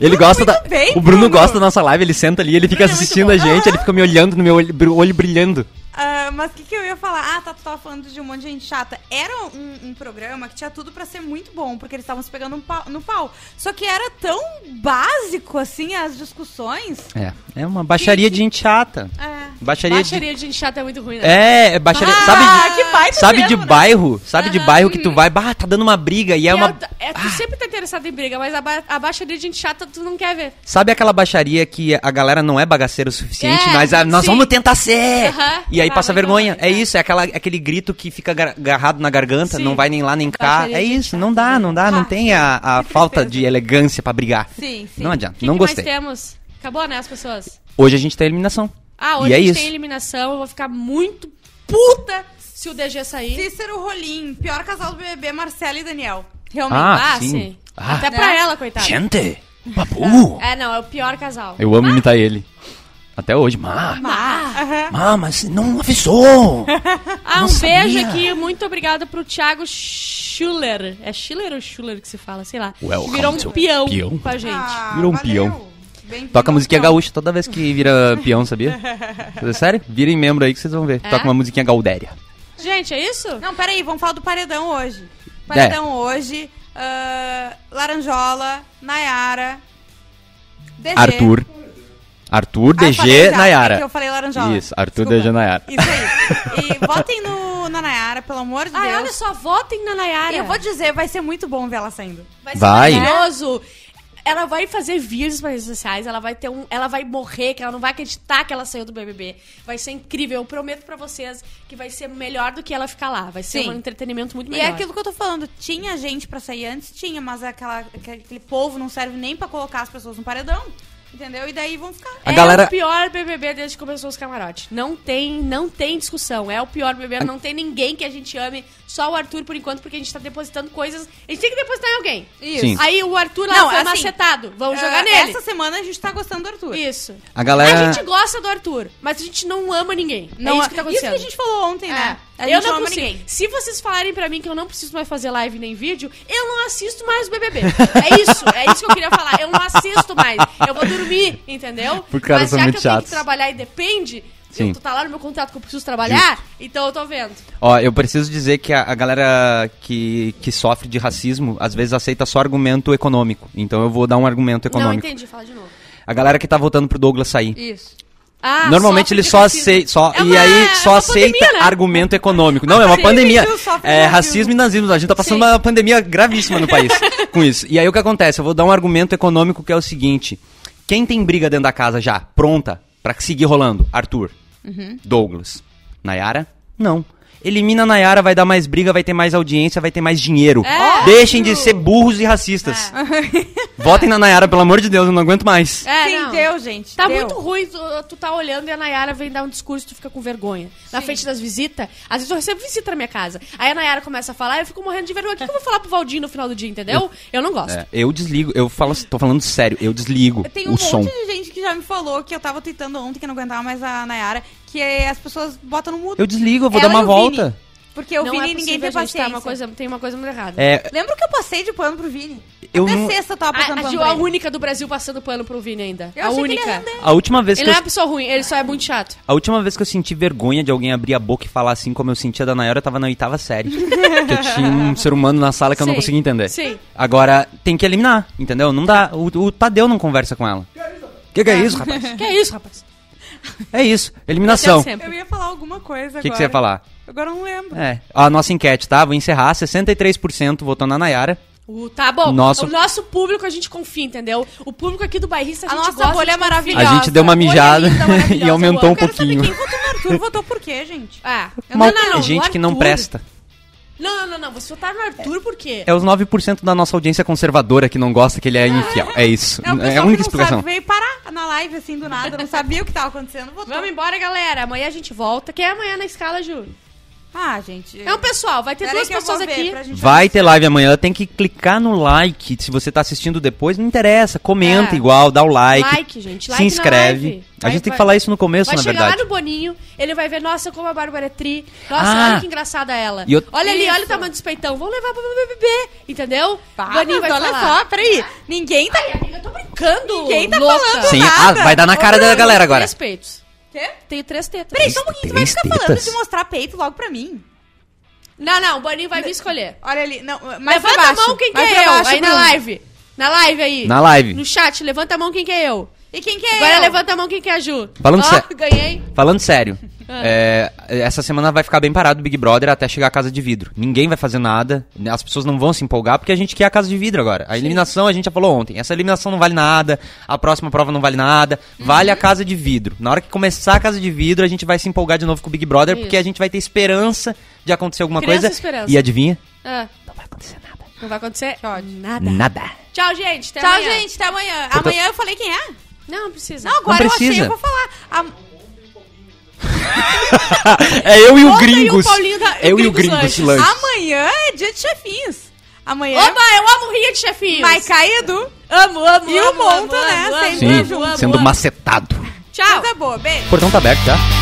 Speaker 4: Ele gosta da.
Speaker 2: muito bem,
Speaker 4: o Bruno,
Speaker 2: Bruno.
Speaker 4: gosta da nossa live, ele senta ali, ele fica
Speaker 2: Bruno é muito
Speaker 4: assistindo a
Speaker 2: bom.
Speaker 4: gente, ele fica me olhando no meu olho, br- olho brilhando.
Speaker 2: Ah, mas o que, que eu ia falar? Ah, tá, tu tava falando de um monte de gente chata. Era um, um programa que tinha tudo pra ser muito bom, porque eles estavam se pegando um pau- no pau. Só que era tão básico, assim, as discussões.
Speaker 4: É. É uma baixaria de gente chata.
Speaker 2: É.
Speaker 4: Baixaria,
Speaker 3: Baixaria de gente chata é muito ruim,
Speaker 4: de.
Speaker 3: né?
Speaker 4: É, é baixaria.
Speaker 2: Ah,
Speaker 4: sabe de,
Speaker 2: que baita
Speaker 4: sabe de
Speaker 2: termo, né?
Speaker 4: bairro? Sabe de
Speaker 3: Aham.
Speaker 4: bairro que tu vai, bah, tá dando uma briga e é
Speaker 3: E
Speaker 4: uma.
Speaker 3: a- é, tu sempre tá interessado em briga, mas a, ba a baixaria de gente chata tu não quer ver.
Speaker 4: Sabe aquela baixaria que a galera não é bagaceira o suficiente,
Speaker 3: É,
Speaker 4: mas ah, nós
Speaker 3: sim.
Speaker 4: vamos tentar ser!
Speaker 3: Aham.
Speaker 4: E aí
Speaker 3: Vai,
Speaker 4: passa
Speaker 3: vai,
Speaker 4: vergonha.
Speaker 3: vai,
Speaker 4: É
Speaker 3: vai.
Speaker 4: isso, é aquela, aquele grito que fica gar- agarrado na garganta,
Speaker 3: Sim.
Speaker 4: não vai nem lá nem cá.
Speaker 3: Baixaria
Speaker 4: É
Speaker 3: de
Speaker 4: isso, não dá, não dá, não
Speaker 2: Ah,
Speaker 4: tem a, a falta de elegância pra brigar.
Speaker 2: Sim, sim.
Speaker 4: Não adianta,
Speaker 3: O que,
Speaker 4: não
Speaker 3: que
Speaker 4: gostei.
Speaker 3: mais temos? Acabou, né, as pessoas?
Speaker 4: Hoje a gente tem eliminação.
Speaker 3: Ah,
Speaker 4: e
Speaker 3: hoje
Speaker 4: é
Speaker 3: a gente
Speaker 4: isso.
Speaker 3: tem eliminação, eu vou ficar muito puta se o DG sair.
Speaker 2: Cícero Rolim, pior casal do BBB, Marcela e Daniel. Realmente.
Speaker 4: Ah,
Speaker 3: Ah,
Speaker 4: sim.
Speaker 3: sim.
Speaker 4: Ah.
Speaker 3: Até pra ela, coitada.
Speaker 4: Gente, babu!
Speaker 3: É, não, é o pior casal.
Speaker 4: Eu amo imitar ele. Até hoje, má.
Speaker 3: Ah,
Speaker 4: Má, mas não avisou!
Speaker 3: Ah, um
Speaker 4: Não sabia.
Speaker 3: beijo aqui, muito obrigado pro Thiago Schuller. É Schiller ou Schuller que se fala, sei lá.
Speaker 4: Welcome
Speaker 3: Virou um
Speaker 4: to
Speaker 3: peão,
Speaker 4: peão.
Speaker 3: com a gente.
Speaker 2: Ah.
Speaker 4: Virou um peão. Toca a musiquinha gaúcha toda vez que vira peão, sabia? Sério? Virem membro aí que vocês vão
Speaker 2: É?
Speaker 4: ver. Toca uma musiquinha gaudéria.
Speaker 3: Gente, é isso?
Speaker 2: Não, peraí, vamos falar do paredão hoje.
Speaker 4: É.
Speaker 2: Paredão hoje, ah, Laranjola, Nayara, DG.
Speaker 4: Arthur. Arthur,
Speaker 2: É Ah, eu falei
Speaker 4: DG,
Speaker 2: já, é
Speaker 4: Nayara.
Speaker 2: que Eu falei Laranjola.
Speaker 4: Isso, Arthur,
Speaker 2: Desculpa.
Speaker 4: DG, Nayara.
Speaker 2: Isso aí. E votem no, na Nayara, pelo amor de
Speaker 3: Ai,
Speaker 2: Deus.
Speaker 3: olha só, votem na Nayara.
Speaker 2: Eu vou dizer, vai ser muito bom ver ela saindo.
Speaker 3: Vai ser
Speaker 4: Vai.
Speaker 3: maravilhoso. Ela vai fazer vídeos para redes sociais, ela vai ter um, ela vai morrer, que ela não vai acreditar que ela saiu do BBB. Vai ser incrível, eu prometo pra vocês que vai ser melhor do que ela ficar lá. Vai ser
Speaker 2: Sim.
Speaker 3: um entretenimento muito
Speaker 2: E
Speaker 3: melhor.
Speaker 2: é aquilo que eu tô falando. Tinha gente pra sair antes, tinha, mas é aquela, aquele, aquele povo não serve nem pra colocar as pessoas no paredão. Entendeu? E daí vão ficar.
Speaker 4: A
Speaker 3: é
Speaker 4: galera-
Speaker 3: o pior BBB desde que começou os camarotes. Não tem, não tem discussão. É o pior BBB, não tem ninguém que a gente ame, só o Arthur por enquanto, porque a gente tá depositando coisas. A gente tem que depositar em alguém.
Speaker 2: Isso.
Speaker 4: Sim.
Speaker 3: Aí o Arthur lá
Speaker 2: Não,
Speaker 3: foi
Speaker 2: assim,
Speaker 3: macetado. Vamos
Speaker 2: Ah,
Speaker 3: jogar nele.
Speaker 2: Essa semana a gente tá gostando do Arthur.
Speaker 3: Isso.
Speaker 4: A galera.
Speaker 3: A gente gosta do Arthur, mas a gente não ama ninguém. é isso que tá acontecendo. É.
Speaker 2: a gente falou ontem, né? A
Speaker 3: eu
Speaker 2: gente
Speaker 3: não
Speaker 2: ama
Speaker 3: consigo.
Speaker 2: ninguém.
Speaker 3: Se vocês falarem pra mim que eu não preciso mais fazer live nem vídeo, eu não assisto mais o BBB. É isso, é isso que eu queria falar. Eu não assisto mais. Eu vou dormir, entendeu?
Speaker 4: Porque caras
Speaker 3: Mas
Speaker 4: são
Speaker 3: já
Speaker 4: muito
Speaker 3: que eu tenho
Speaker 4: chatos.
Speaker 3: que trabalhar e depende,
Speaker 4: Sim.
Speaker 3: eu tô, tá lá no meu contrato que eu preciso trabalhar, então eu tô vendo.
Speaker 4: Ó, eu preciso dizer que a, a galera que, que sofre de racismo às vezes aceita só argumento econômico. Então eu vou dar um argumento
Speaker 3: Não
Speaker 4: econômico.
Speaker 3: entendi, fala de novo.
Speaker 4: A galera que tá votando pro Douglas sair.
Speaker 2: Isso.
Speaker 3: Ah,
Speaker 4: Normalmente
Speaker 3: sofre
Speaker 4: ele
Speaker 3: de
Speaker 4: só
Speaker 3: racismo.
Speaker 4: aceita. Só,
Speaker 3: É
Speaker 4: e
Speaker 3: uma-
Speaker 4: aí
Speaker 3: é
Speaker 4: só
Speaker 3: uma
Speaker 4: aceita
Speaker 3: pandemia, né?
Speaker 4: argumento econômico. Não, é uma
Speaker 2: Ele
Speaker 4: pandemia.
Speaker 2: mentiu, sofre de
Speaker 4: É
Speaker 2: racismo.
Speaker 4: racismo e nazismo. A gente tá passando
Speaker 3: Sim.
Speaker 4: uma pandemia gravíssima no país com isso. E aí o que acontece? Eu vou dar um argumento econômico que é o seguinte: quem tem briga dentro da casa já, pronta, pra seguir rolando? Arthur.
Speaker 3: Uhum.
Speaker 4: Douglas. Nayara? Não. Elimina a Nayara, vai dar mais briga, vai ter mais audiência, vai ter mais dinheiro.
Speaker 3: É.
Speaker 4: Deixem de ser burros e racistas. Votem na Nayara, pelo amor de Deus, eu não aguento mais.
Speaker 3: É,
Speaker 2: Sim,
Speaker 3: não.
Speaker 2: deu, gente.
Speaker 3: Tá
Speaker 2: deu.
Speaker 3: muito ruim, tu, tu tá olhando e a Nayara vem dar um discurso e tu fica com vergonha. Na frente das visitas, às vezes eu recebo visita na minha casa. Aí a Nayara começa a falar e eu fico morrendo de vergonha. O que, que eu vou falar pro Valdir no final do dia, entendeu? Eu não gosto.
Speaker 4: É, eu desligo, eu falo, tô falando sério, eu desligo
Speaker 2: Tem um
Speaker 4: o
Speaker 2: monte
Speaker 4: som.
Speaker 2: de gente que já me falou que eu tava tentando ontem, que eu não aguentava mais a Nayara, que é, as pessoas botam no mudo.
Speaker 4: Eu desligo, eu vou
Speaker 2: Ela
Speaker 4: dar uma
Speaker 2: e o Vini.
Speaker 4: volta.
Speaker 2: Porque o
Speaker 3: não
Speaker 2: Vini
Speaker 3: é
Speaker 2: ninguém
Speaker 3: possível,
Speaker 2: tem
Speaker 3: gente, tá?
Speaker 2: paciência.
Speaker 3: Uma coisa, tem uma coisa muito errada.
Speaker 4: É,
Speaker 2: Lembra que eu passei de pano pro Vini?
Speaker 4: Eu
Speaker 2: Até
Speaker 4: não-
Speaker 2: sexta eu tava
Speaker 3: A,
Speaker 2: Tá passando
Speaker 3: a,
Speaker 2: pano
Speaker 3: Gil, é
Speaker 2: pra
Speaker 3: a
Speaker 2: ele.
Speaker 3: única do Brasil passando pano pro Vini ainda.
Speaker 2: Eu
Speaker 3: a
Speaker 2: achei que ele
Speaker 3: única.
Speaker 2: era
Speaker 3: ele
Speaker 2: holandês.
Speaker 4: a última vez que
Speaker 3: não é
Speaker 4: eu,
Speaker 3: uma pessoa ruim, ele só é muito chato.
Speaker 4: a última vez que eu senti vergonha de alguém abrir a boca e falar assim como eu sentia da Nayara, eu tava na oitava série. que eu tinha um ser humano na sala que eu não
Speaker 3: Sim,
Speaker 4: conseguia entender.
Speaker 3: sim.
Speaker 4: Agora tem que eliminar, entendeu? Não dá, o, o Tadeu não conversa com ela. Que que é isso, rapaz?
Speaker 2: Uhum.
Speaker 3: que é isso, rapaz?
Speaker 4: É isso, eliminação.
Speaker 3: Tadeu
Speaker 4: O
Speaker 2: Eu
Speaker 3: sempre.
Speaker 2: ia falar alguma coisa agora.
Speaker 4: que, que você ia falar?
Speaker 2: Agora eu não lembro.
Speaker 4: É, a nossa enquete, tá? Vou encerrar, 63% votou na Nayara.
Speaker 3: O, tá bom.
Speaker 4: Nosso-
Speaker 3: O nosso público a gente confia, entendeu? O público aqui do bairrista a,
Speaker 2: A
Speaker 3: gente
Speaker 2: nossa
Speaker 3: gosta.
Speaker 2: bolha é
Speaker 3: a gente confia.
Speaker 2: maravilhosa.
Speaker 4: A gente deu uma
Speaker 3: Olha,
Speaker 4: mijada
Speaker 3: linda, maravilhosa,
Speaker 4: e aumentou
Speaker 3: eu
Speaker 4: um
Speaker 3: amo.
Speaker 2: Quero saber
Speaker 4: pouquinho.
Speaker 2: quem votou no Arthur votou por quê, gente?
Speaker 3: Ah,
Speaker 4: Mal-
Speaker 3: não, não, não, o
Speaker 4: gente que não
Speaker 3: Arthur-
Speaker 4: presta.
Speaker 3: Não, não, não, não. Você votar no Arthur por quê?
Speaker 4: É os 9% da nossa audiência conservadora que não gosta que ele é infiel. É isso.
Speaker 2: É o
Speaker 4: É a
Speaker 2: pessoal
Speaker 4: única
Speaker 2: que não sabe
Speaker 4: explicação.
Speaker 2: veio parar na live assim do nada, não sabia o que tava acontecendo. Votou.
Speaker 3: Vamos embora, galera. Amanhã a gente volta. Quem é amanhã na escala, Ju?
Speaker 2: Ah, gente.
Speaker 3: Então, pessoal, vai ter
Speaker 2: Pera
Speaker 3: duas
Speaker 2: que eu vou
Speaker 3: pessoas
Speaker 2: ver
Speaker 3: aqui.
Speaker 2: pra gente
Speaker 4: Vai ter live amanhã, tem que clicar no like. Se você tá assistindo depois, não interessa.
Speaker 3: É.
Speaker 4: Comenta igual, dá o like.
Speaker 3: Like, gente. Like
Speaker 4: se
Speaker 3: na
Speaker 4: inscreve.
Speaker 3: live.
Speaker 4: A
Speaker 3: Vai-
Speaker 4: gente tem
Speaker 3: vai-
Speaker 4: que falar isso no começo,
Speaker 3: Vai
Speaker 4: na
Speaker 3: chegar
Speaker 4: verdade.
Speaker 3: lá no Boninho, ele vai ver, nossa, como a Bárbara é tri. Nossa,
Speaker 4: Ah.
Speaker 3: olha que engraçada ela.
Speaker 4: E eu-
Speaker 3: Olha ali, olha o
Speaker 2: Isso.
Speaker 3: tamanho do peitão. Vamos levar pro BBB, entendeu?
Speaker 2: Pá,
Speaker 3: Boninho
Speaker 2: mas
Speaker 3: vai
Speaker 2: olha
Speaker 3: falar.
Speaker 2: só, peraí. Ninguém tá.
Speaker 3: Ai, é. amiga, eu tô brincando.
Speaker 2: Ninguém tá
Speaker 3: louca.
Speaker 2: falando
Speaker 4: Sim, ah,
Speaker 2: nada.
Speaker 4: vai dar na cara
Speaker 2: Ô,
Speaker 4: da
Speaker 2: Bruno,
Speaker 4: galera agora.
Speaker 3: Três peitos.
Speaker 2: Quê?
Speaker 3: Tenho três tetas.
Speaker 2: Peraí, só um pouquinho, tu vai
Speaker 4: Três
Speaker 2: ficar falando
Speaker 4: tetas.
Speaker 2: de mostrar peito logo pra mim.
Speaker 3: Não, não, o Boninho vai vir escolher.
Speaker 2: Olha ali, não, mais
Speaker 3: Levanta
Speaker 2: pra baixo.
Speaker 3: a mão quem que
Speaker 2: mais
Speaker 3: é
Speaker 2: pra
Speaker 3: eu,
Speaker 2: baixo,
Speaker 3: aí na
Speaker 2: Bruno.
Speaker 3: live. Na live aí.
Speaker 4: Na live.
Speaker 3: No chat, levanta a mão quem que é eu.
Speaker 2: E quem que é
Speaker 3: Agora
Speaker 2: eu?
Speaker 3: levanta a mão quem que é a Ju.
Speaker 4: Falando
Speaker 3: Ó,
Speaker 4: sério.
Speaker 3: ganhei.
Speaker 4: Falando sério, é, essa semana vai ficar bem parado o Big Brother até chegar a Casa de Vidro. Ninguém vai fazer nada, né, as pessoas não vão se empolgar porque a gente quer a Casa de Vidro agora. A eliminação, a gente já falou ontem, essa eliminação não vale nada, a próxima prova não vale nada, vale
Speaker 3: Uhum.
Speaker 4: a Casa de Vidro. Na hora que começar a Casa de Vidro, a gente vai se empolgar de novo com o Big Brother porque a gente vai ter esperança de acontecer alguma
Speaker 3: Criança
Speaker 4: coisa.
Speaker 3: esperança.
Speaker 4: E adivinha?
Speaker 3: Ah,
Speaker 4: Não vai acontecer nada.
Speaker 3: não vai acontecer nada.
Speaker 4: Nada.
Speaker 3: Tchau, gente. Até
Speaker 2: Tchau,
Speaker 3: amanhã.
Speaker 2: gente, até amanhã.
Speaker 4: Porta-
Speaker 2: Amanhã eu falei quem é?
Speaker 3: Não, não precisa.
Speaker 2: Não, agora eu achei,
Speaker 4: precisa.
Speaker 2: eu vou falar. A-
Speaker 4: É eu e o
Speaker 3: Ontem
Speaker 4: Gringos.
Speaker 3: o Paulinho
Speaker 2: tá-
Speaker 3: da-
Speaker 4: Eu e o
Speaker 3: Gringos
Speaker 4: Gringos
Speaker 3: Lanches.
Speaker 4: Lanches.
Speaker 2: Amanhã é dia de chefinhos. Amanhã
Speaker 3: Oba, eu amo rinha de chefinhos.
Speaker 2: Maiká e Edu.
Speaker 3: Amo, amo,
Speaker 2: E o
Speaker 3: amo,
Speaker 2: Monta,
Speaker 3: amo,
Speaker 2: né,
Speaker 3: amo,
Speaker 2: sempre
Speaker 3: amo,
Speaker 4: Sim,
Speaker 3: amo, amo,
Speaker 4: sendo
Speaker 3: amo.
Speaker 4: macetado.
Speaker 3: Tchau.
Speaker 2: Coisa boa, beijo.
Speaker 4: O portão tá aberto já.